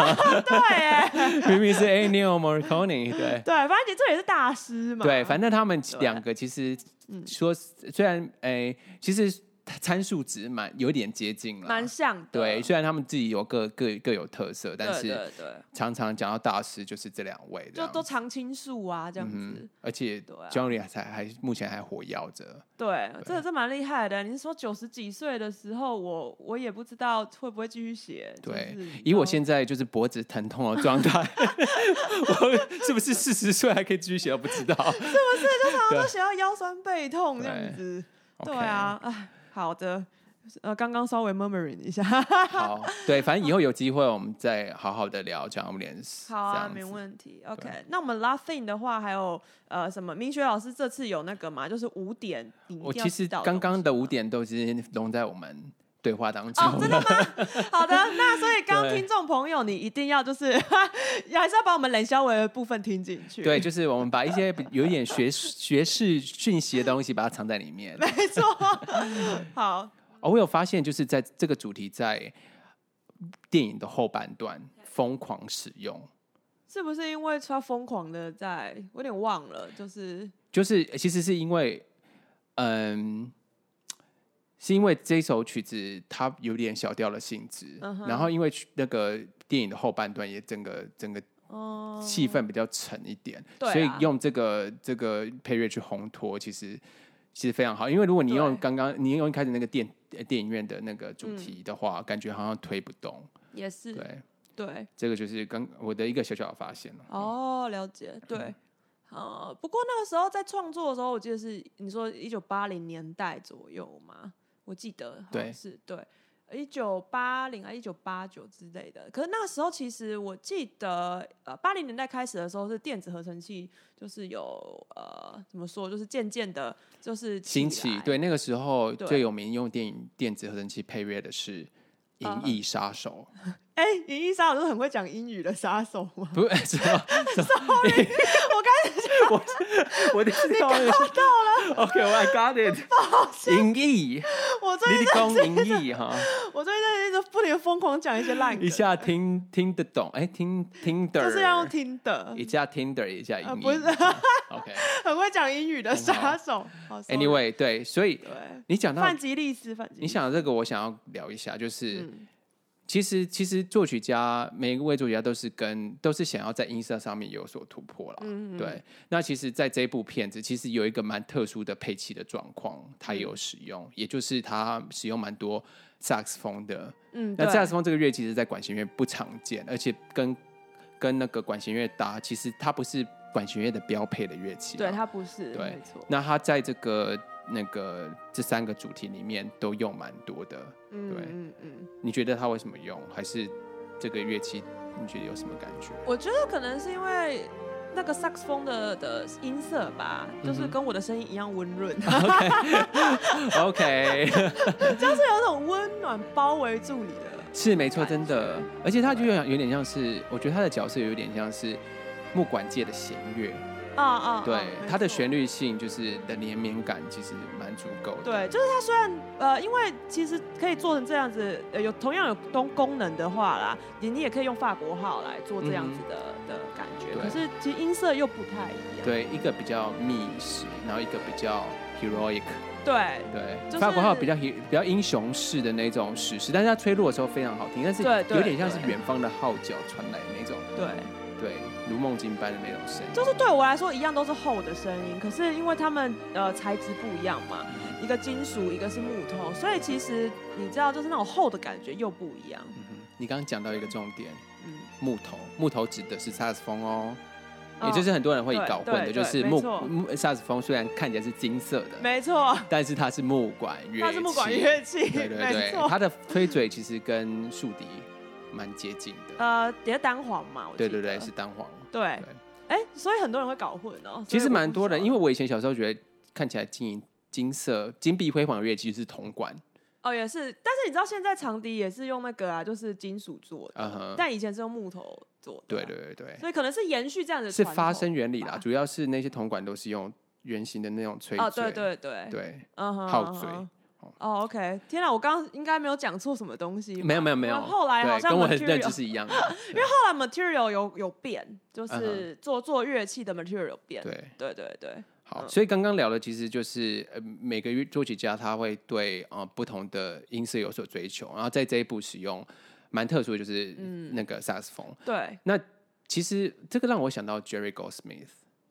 [SPEAKER 2] 对耶，
[SPEAKER 1] 明明是 A. Neil Morricone，
[SPEAKER 2] 对，
[SPEAKER 1] 对。
[SPEAKER 2] 反正你这也是大师嘛，
[SPEAKER 1] 对，反正他们
[SPEAKER 2] 对
[SPEAKER 1] 两个其实
[SPEAKER 2] 嗯
[SPEAKER 1] 说，虽然诶、其实参数值蛮有点接近了，
[SPEAKER 2] 蛮像的，
[SPEAKER 1] 对。虽然他们自己有各各各有特色，但
[SPEAKER 2] 对
[SPEAKER 1] 是
[SPEAKER 2] 对对，
[SPEAKER 1] 常常讲到大师就是这两位这
[SPEAKER 2] 就
[SPEAKER 1] 样，
[SPEAKER 2] 都常青树啊这样子
[SPEAKER 1] 嗯，，而且
[SPEAKER 2] 对啊
[SPEAKER 1] Johnny 还还目前还活跃着，
[SPEAKER 2] 对，这个是蛮厉害的。你是说九十几岁的时候，我我也不知道会不会继续写，
[SPEAKER 1] 对
[SPEAKER 2] 就是。
[SPEAKER 1] 以
[SPEAKER 2] 你知
[SPEAKER 1] 我
[SPEAKER 2] 道
[SPEAKER 1] 现在就是脖子疼痛的状态， 我是不是四十岁还可以继续写？我不知道。
[SPEAKER 2] 大家嗯都写到腰酸背痛这样
[SPEAKER 1] 对
[SPEAKER 2] 子，
[SPEAKER 1] OK
[SPEAKER 2] 对，啊，哎，好的。呃，刚刚稍微 murmuring 一下，
[SPEAKER 1] 好，对，反正以后有机会我们再好好的聊 John Williams。
[SPEAKER 2] 好啊，
[SPEAKER 1] 这
[SPEAKER 2] 没
[SPEAKER 1] 样子。
[SPEAKER 2] 问题。OK，那我们 laughing 的话，还有呃什么？明学老师这次有那个嘛，就是五点，你一
[SPEAKER 1] 我
[SPEAKER 2] 定要
[SPEAKER 1] 其实
[SPEAKER 2] 知道
[SPEAKER 1] 刚刚的
[SPEAKER 2] 东西
[SPEAKER 1] 五
[SPEAKER 2] 吗
[SPEAKER 1] 点都已经融在我们对话当中
[SPEAKER 2] 哦，真的
[SPEAKER 1] 了。
[SPEAKER 2] 吗？好的，那所以刚
[SPEAKER 1] 对
[SPEAKER 2] 听众朋友，你一定要就是 还是要把我们冷消维的部分听进去。
[SPEAKER 1] 对，就是我们把一些比有一点学识学识讯息的东西，把它藏在里 面。
[SPEAKER 2] 没错。好，
[SPEAKER 1] 哦，我有发现，就是在这个主题在电影的后半段疯狂使用，
[SPEAKER 2] 是不是因为他疯狂的在，我有点忘了，就是
[SPEAKER 1] 就是呃其实是因为，嗯，是因为这首曲子它有点小调的性质，
[SPEAKER 2] 嗯哼
[SPEAKER 1] 然后因为曲那个电影的后半段也整个整个
[SPEAKER 2] 嗯，
[SPEAKER 1] 气氛比较沉一点，
[SPEAKER 2] 对啊
[SPEAKER 1] 所以用这个这个配乐去烘托，其实其实非常好。因为如果你用
[SPEAKER 2] 对
[SPEAKER 1] 刚刚你用一开始那个电呃电影院的那个主题的话，感觉好像推不动。
[SPEAKER 2] 也是
[SPEAKER 1] 对，
[SPEAKER 2] 对
[SPEAKER 1] 这个就是刚我的一个小小的发现了。
[SPEAKER 2] 哦，了解对。呃，不过那个时候在创作的时候，我记得是你说一九八零年代左右嘛，我记得好像
[SPEAKER 1] 对
[SPEAKER 2] 是对，一九八零啊一九八九之类的。可是那个时候其实我记得，呃，八零年代开始的时候是电子合成器，就是有呃怎么说，就是渐渐的，就是
[SPEAKER 1] 兴
[SPEAKER 2] 起
[SPEAKER 1] 起
[SPEAKER 2] 来
[SPEAKER 1] 对那个时候
[SPEAKER 2] 对
[SPEAKER 1] 最有名用电影电子合成器配乐的是《
[SPEAKER 2] 啊
[SPEAKER 1] 银翼 杀手
[SPEAKER 2] 哎，银翼杀手是很会讲英语的杀手吗》，？
[SPEAKER 1] 不 是什么？
[SPEAKER 2] 我刚才
[SPEAKER 1] 我我的你到了。OK，I got it。银翼，
[SPEAKER 2] 我最
[SPEAKER 1] 你
[SPEAKER 2] 近
[SPEAKER 1] 的公银翼哈。
[SPEAKER 2] 我最近一直不停地疯狂讲一些烂梗，
[SPEAKER 1] 一下听听得懂，哎、听听的，
[SPEAKER 2] 就是要用听的，
[SPEAKER 1] 一下听的，一下英
[SPEAKER 2] 呃
[SPEAKER 1] 译
[SPEAKER 2] 不是
[SPEAKER 1] OK。
[SPEAKER 2] 很会讲英语的杀手。好 sorry
[SPEAKER 1] Anyway，对，所以
[SPEAKER 2] 对，
[SPEAKER 1] 你讲到
[SPEAKER 2] 范吉利斯，范吉利斯，
[SPEAKER 1] 你想到这个，我想要聊一下，就是、
[SPEAKER 2] 嗯
[SPEAKER 1] 其实其实作曲家每一位作曲家都是跟都是想要在音色上面有所突破了。
[SPEAKER 2] 嗯嗯
[SPEAKER 1] 对，那其实在这部片子，其实有一个蛮特殊的配器的状况，它
[SPEAKER 2] 嗯
[SPEAKER 1] 有使用，也就是它使用蛮多萨克斯风的。
[SPEAKER 2] 嗯，
[SPEAKER 1] 那
[SPEAKER 2] 对
[SPEAKER 1] 萨克斯风这个乐其实，在管弦乐不常见，而且跟跟那个管弦乐搭，其实它不是管弦乐的标配的乐器嘛。
[SPEAKER 2] 对他不是，
[SPEAKER 1] 对
[SPEAKER 2] 没错，
[SPEAKER 1] 那它在这个那个这三个主题里面都用蛮多的。
[SPEAKER 2] 嗯
[SPEAKER 1] 对
[SPEAKER 2] 嗯嗯，
[SPEAKER 1] 你觉得它为什么用？还是这个乐器你觉得有什么感觉？
[SPEAKER 2] 我觉得可能是因为。那个萨克斯风的的音色吧，就是
[SPEAKER 1] 嗯哼
[SPEAKER 2] 跟我的声音一样温 润，
[SPEAKER 1] OK，
[SPEAKER 2] 就是有种温暖包围住你的。
[SPEAKER 1] 是没错，真的。而且它就有点有点像是，我觉得它的角色有点像是木管界的弦乐，
[SPEAKER 2] 啊啊，
[SPEAKER 1] 对
[SPEAKER 2] 啊没
[SPEAKER 1] 它的
[SPEAKER 2] 错
[SPEAKER 1] 旋律性就是的连绵感其实蛮足够的。
[SPEAKER 2] 对，就是它虽然呃，因为其实可以做成这样子，呃、有同样有功功能的话啦，你你也可以用法国号来做这样子的、的感觉，
[SPEAKER 1] 嗯对
[SPEAKER 2] 可是其实音色又不太一样。
[SPEAKER 1] 对，一个比较密实，然后一个比较 heroic，
[SPEAKER 2] 对
[SPEAKER 1] 对，
[SPEAKER 2] 就是
[SPEAKER 1] 法国号比较 he- 比较英雄式的那种史诗，但是它吹落的时候非常好听，但是
[SPEAKER 2] 对对
[SPEAKER 1] 有点像是
[SPEAKER 2] 对
[SPEAKER 1] 远方的号角传来的那种，
[SPEAKER 2] 对，
[SPEAKER 1] 对，如梦境般的那种声音，
[SPEAKER 2] 就是对我来说一样都是厚的声音，可是因为它们呃材质不一样嘛，
[SPEAKER 1] 嗯
[SPEAKER 2] 一个金属，一个是木头，所以其实你知道，就是那种厚的感觉又不一样。
[SPEAKER 1] 嗯哼你刚刚讲到一个重点，
[SPEAKER 2] 嗯，
[SPEAKER 1] 木头，木头指的是萨克斯风哦，
[SPEAKER 2] 哦
[SPEAKER 1] 也就是很多人会
[SPEAKER 2] 对
[SPEAKER 1] 搞混的，
[SPEAKER 2] 对
[SPEAKER 1] 就是
[SPEAKER 2] 对
[SPEAKER 1] 木
[SPEAKER 2] 没错
[SPEAKER 1] 木萨克斯风虽然看起来是金色的，
[SPEAKER 2] 没错，
[SPEAKER 1] 但是它是木管乐器，
[SPEAKER 2] 它是木管乐器，
[SPEAKER 1] 对对
[SPEAKER 2] 没
[SPEAKER 1] 对，
[SPEAKER 2] 错。
[SPEAKER 1] 它的吹嘴其实跟竖笛蛮接近的，
[SPEAKER 2] 呃，叠单簧嘛，我记
[SPEAKER 1] 对
[SPEAKER 2] 得
[SPEAKER 1] 对对，是单簧。
[SPEAKER 2] 对
[SPEAKER 1] 对，
[SPEAKER 2] 哎、所以很多人会搞混哦。
[SPEAKER 1] 其实蛮多人，因
[SPEAKER 2] 为
[SPEAKER 1] 为我以前小时候觉得看起来金银金色、金碧辉煌的乐器就是铜管，
[SPEAKER 2] 哦也是，但是你知道现在长笛也是用那个啊，就是金属做的
[SPEAKER 1] 嗯哼
[SPEAKER 2] 但以前是用木头做的、啊
[SPEAKER 1] 对，对对对，
[SPEAKER 2] 所以可能是延续这样的
[SPEAKER 1] 是
[SPEAKER 2] 传统
[SPEAKER 1] 发声原理啦，
[SPEAKER 2] 吧
[SPEAKER 1] 主要是那些铜管都是用圆形的那种吹嘴，
[SPEAKER 2] 哦哦，对对对，
[SPEAKER 1] 对
[SPEAKER 2] 嗯哼，
[SPEAKER 1] 号
[SPEAKER 2] 嗯哼
[SPEAKER 1] 嘴
[SPEAKER 2] 哦，OK，天哪，我刚刚应该没有讲错什么东西吧。
[SPEAKER 1] 没有没有没有，
[SPEAKER 2] 后来好
[SPEAKER 1] 对，
[SPEAKER 2] 像
[SPEAKER 1] 跟我的
[SPEAKER 2] material-
[SPEAKER 1] 认知是一 样的。
[SPEAKER 2] 因为后来 material 有有变，就
[SPEAKER 1] 嗯
[SPEAKER 2] 是做、做乐器的 material 有变。
[SPEAKER 1] 对，
[SPEAKER 2] 对对对
[SPEAKER 1] 好，
[SPEAKER 2] 嗯
[SPEAKER 1] 所以刚刚聊的其实就是呃每个乐作曲家他会对呃不同的音色有所追求，然后在这一步使用蛮特殊的就是
[SPEAKER 2] 嗯
[SPEAKER 1] 那个萨克斯风。
[SPEAKER 2] 对
[SPEAKER 1] 其实这个让我想到 Jerry Goldsmith，、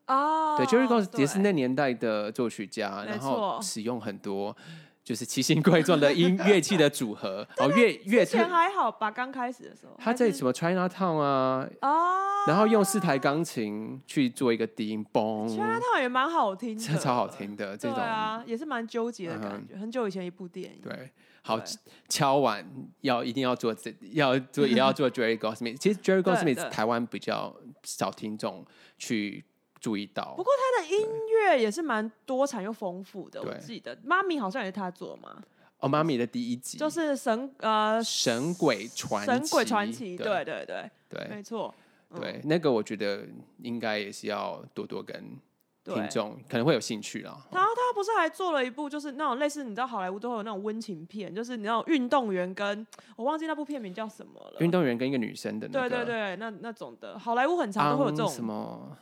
[SPEAKER 2] 哦，
[SPEAKER 1] 对，Jerry Goldsmith 也是
[SPEAKER 2] 对
[SPEAKER 1] 那年代的作曲家，
[SPEAKER 2] 没
[SPEAKER 1] 然后
[SPEAKER 2] 错
[SPEAKER 1] 使用很多就是奇形怪状的音乐器的组 合，哦，乐乐
[SPEAKER 2] 之前
[SPEAKER 1] 团，
[SPEAKER 2] 还好吧，刚开始的时候。
[SPEAKER 1] 他在什么 Chinatown 啊，
[SPEAKER 2] 哦，
[SPEAKER 1] 然后用四台钢琴去做一个低音嘣，
[SPEAKER 2] 其啊他套也蛮好听
[SPEAKER 1] 这
[SPEAKER 2] 的，
[SPEAKER 1] 超好。听嗯的这
[SPEAKER 2] 对
[SPEAKER 1] 种。
[SPEAKER 2] 啊，也是蛮纠结的
[SPEAKER 1] 嗯
[SPEAKER 2] 感
[SPEAKER 1] 哼
[SPEAKER 2] 觉。很久以前一部电影，
[SPEAKER 1] 对，好
[SPEAKER 2] 对
[SPEAKER 1] 敲碗要一定要做这，要做也 要做 Jerry Goldsmith。其实 Jerry
[SPEAKER 2] 对
[SPEAKER 1] Goldsmith
[SPEAKER 2] 对
[SPEAKER 1] 台湾比较少听众去注意到
[SPEAKER 2] 不，过他的音乐也是蛮多产又丰富的。我
[SPEAKER 1] 对
[SPEAKER 2] 记得妈咪好像也是他做嘛，
[SPEAKER 1] 哦，妈咪的第一集
[SPEAKER 2] 就是神呃
[SPEAKER 1] 神鬼传
[SPEAKER 2] 神鬼传奇，
[SPEAKER 1] 奇，
[SPEAKER 2] 对对对，
[SPEAKER 1] 对
[SPEAKER 2] 没错，嗯
[SPEAKER 1] 对，那个我觉得应该也是要多多跟
[SPEAKER 2] 对
[SPEAKER 1] 听众可能会有兴趣啦。
[SPEAKER 2] 然后他不是还做了一部，就是那种类似你知道好莱坞都会有那种温情片，就是你知道运动员跟我忘记那部片名叫什么了。
[SPEAKER 1] 运动员跟一个女生的那
[SPEAKER 2] 对对
[SPEAKER 1] 个，
[SPEAKER 2] 对，那那种的，好莱坞很常都会有这
[SPEAKER 1] 嗯，什
[SPEAKER 2] 种，
[SPEAKER 1] 么？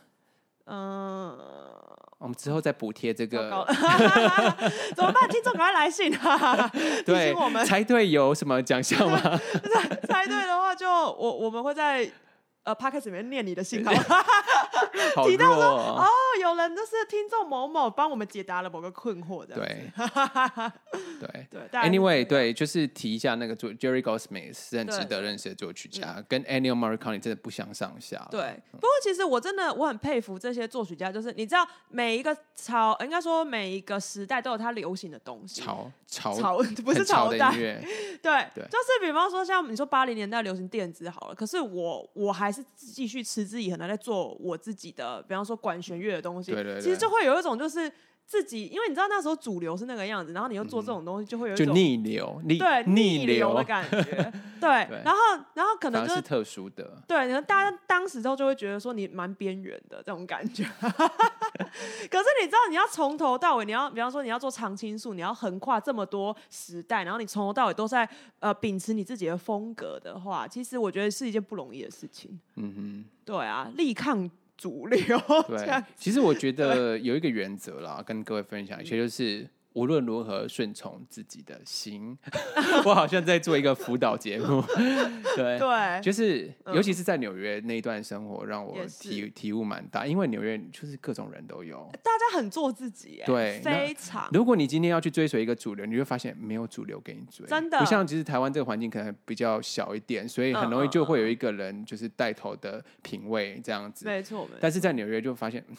[SPEAKER 2] 嗯、
[SPEAKER 1] 我们之后再补贴这
[SPEAKER 2] 糟糕
[SPEAKER 1] 个
[SPEAKER 2] 了， 怎么办？听众赶快来信啊！ 提
[SPEAKER 1] 对
[SPEAKER 2] 醒我们
[SPEAKER 1] 猜对有什么奖项吗？
[SPEAKER 2] 猜对的话就，我我们会在呃 p o d c a s t 里面念你的 信，好吗？
[SPEAKER 1] 好
[SPEAKER 2] 提到
[SPEAKER 1] 弱哦
[SPEAKER 2] 哦，有人就是听众某某帮我们解答了某个困惑的，
[SPEAKER 1] 对， 对。
[SPEAKER 2] 对大概是
[SPEAKER 1] Anyway，对，就是提一下那个作 Jerry Goldsmith 是很
[SPEAKER 2] 对嗯
[SPEAKER 1] 值得认识的作曲家，跟 Ennio Morricone 真的不相上下。
[SPEAKER 2] 对，不过其实我真的我很佩服这些作曲家，就是你知道每一个朝，应该说每一个时代都有它流行的东西。
[SPEAKER 1] 潮潮
[SPEAKER 2] 朝 不是
[SPEAKER 1] 很潮
[SPEAKER 2] 朝
[SPEAKER 1] 的
[SPEAKER 2] 代
[SPEAKER 1] 音，乐，
[SPEAKER 2] 对，
[SPEAKER 1] 对
[SPEAKER 2] 就是比方说像你说八零年代流行电子好了，可是我我还是继续持之以恒的在做我自己的，比方说管弦乐的东西，
[SPEAKER 1] 对对对
[SPEAKER 2] 其实就会有一种就是自己，因为你知道那时候主流是那个样子，然后你又做这种东西，就会有一
[SPEAKER 1] 就
[SPEAKER 2] 种
[SPEAKER 1] 逆流，逆
[SPEAKER 2] 对
[SPEAKER 1] 逆
[SPEAKER 2] 流的
[SPEAKER 1] 流，
[SPEAKER 2] 感 觉，对，
[SPEAKER 1] 对
[SPEAKER 2] 然后然后可
[SPEAKER 1] 反
[SPEAKER 2] 能
[SPEAKER 1] 而
[SPEAKER 2] 就是
[SPEAKER 1] 是特殊的。
[SPEAKER 2] 对，你看大家当时都就会觉得说你蛮边缘的这种感觉， 可是你知道你要从头到尾，你要比方说你要做常青树，你要横跨这么多时代，然后你从头到尾都在呃秉持你自己的风格的话，其实我觉得是一件不容易的事情。
[SPEAKER 1] 嗯
[SPEAKER 2] 对啊，力抗主流
[SPEAKER 1] 哼，
[SPEAKER 2] 这样
[SPEAKER 1] 对。其实我觉 得有一个原则啦，跟各位分享一
[SPEAKER 2] 嗯
[SPEAKER 1] 下，就是无论如何顺从自己的 心。我好像在做一个辅导节目， 对
[SPEAKER 2] 对
[SPEAKER 1] 就是
[SPEAKER 2] 嗯
[SPEAKER 1] 尤其是在纽约那一段生活，让我
[SPEAKER 2] 也是
[SPEAKER 1] 体体悟蛮大，因为纽约就是各种人都有。
[SPEAKER 2] 大家很做自己、欸，
[SPEAKER 1] 对那
[SPEAKER 2] 非常
[SPEAKER 1] 如果你今天要去追随一个主流，你会发现没有主流给你追，
[SPEAKER 2] 真的
[SPEAKER 1] 不像其实台湾这个环境可能比较小一点，所以很容易
[SPEAKER 2] 嗯嗯
[SPEAKER 1] 就会有一个人就是带头的品味这样子。
[SPEAKER 2] 没错，没错，
[SPEAKER 1] 但是在纽约就发现，嗯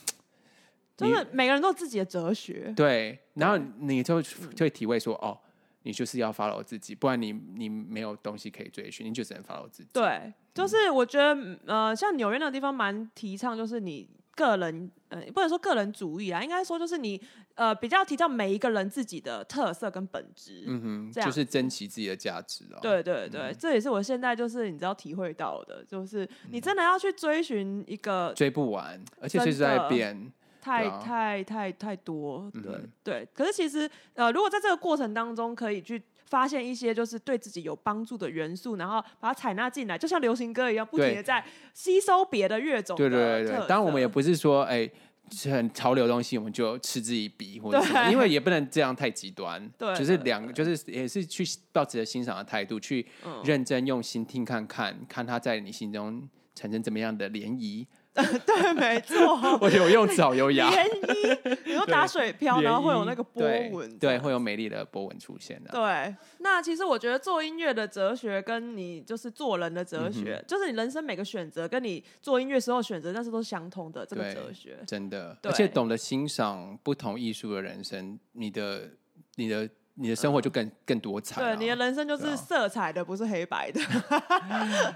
[SPEAKER 2] 真的每个人都有自己的哲学。
[SPEAKER 1] 对，然后你就就会体会说，哦，你就是要 follow 自己，不然你你没有东西可以追寻，你就只能 follow 自己。
[SPEAKER 2] 对，就是我觉得，嗯呃，像纽约那个地方蛮提倡，就是你个人，呃，不能说个人主义啊，应该说就是你，呃，比较提倡每一个人自己的特色跟本质。
[SPEAKER 1] 嗯哼，
[SPEAKER 2] 这样
[SPEAKER 1] 就是珍惜自己的价值啊。
[SPEAKER 2] 对对对，这也是我现在就是你知道体会到的，就是你真的要去追寻一个
[SPEAKER 1] 追不完，而且
[SPEAKER 2] 真
[SPEAKER 1] 随时在
[SPEAKER 2] 的
[SPEAKER 1] 变。
[SPEAKER 2] 太、
[SPEAKER 1] 对啊
[SPEAKER 2] 太太太多，对、
[SPEAKER 1] 嗯
[SPEAKER 2] 对。可是其实呃，如果在这个过程当中可以去发现一些就是对自己有帮助的元素，然后把它采纳进来，就像流行歌一样，不停
[SPEAKER 1] 对
[SPEAKER 2] 的在吸收别的乐种的
[SPEAKER 1] 对对对
[SPEAKER 2] 特
[SPEAKER 1] 对，当然我们也
[SPEAKER 2] 色
[SPEAKER 1] 不是说哎、是很潮流的东西我们就嗤之以鼻或者
[SPEAKER 2] 对
[SPEAKER 1] 什么，因为也不能这样太极端。
[SPEAKER 2] 对
[SPEAKER 1] 就是
[SPEAKER 2] 对
[SPEAKER 1] 两个，就是也是去抱持着欣赏的态度，去
[SPEAKER 2] 嗯
[SPEAKER 1] 认真用心听看看，看它在你心中产生怎么样的涟 漪。
[SPEAKER 2] 对，没错。
[SPEAKER 1] 我有用词好优雅，
[SPEAKER 2] 涟漪，你说打水漂，
[SPEAKER 1] 涟
[SPEAKER 2] 然后会有
[SPEAKER 1] 漪
[SPEAKER 2] 那个波
[SPEAKER 1] 对
[SPEAKER 2] 纹，
[SPEAKER 1] 对，会有美丽的波纹出现的。
[SPEAKER 2] 对，那其实我觉得做音乐的哲学跟你就是做人的
[SPEAKER 1] 嗯
[SPEAKER 2] 哲学，就是你人生每个选择跟你做音乐时候选择，但是都是相同的这个
[SPEAKER 1] 对
[SPEAKER 2] 哲学。
[SPEAKER 1] 真的，
[SPEAKER 2] 对
[SPEAKER 1] 而且懂得欣赏不同艺术的人生，你的、你的、你的生活就更、更多彩、啊。
[SPEAKER 2] 对，你的人生就
[SPEAKER 1] 对啊嗯
[SPEAKER 2] 是色彩的，不是黑白的。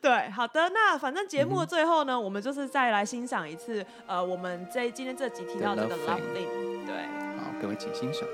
[SPEAKER 2] 对，好的，那反正节目的最后呢，我们就是再来欣赏一次，呃，我们这今天这集提
[SPEAKER 1] The
[SPEAKER 2] 到这个
[SPEAKER 1] Love
[SPEAKER 2] Loving，对。
[SPEAKER 1] 好，各位请欣赏。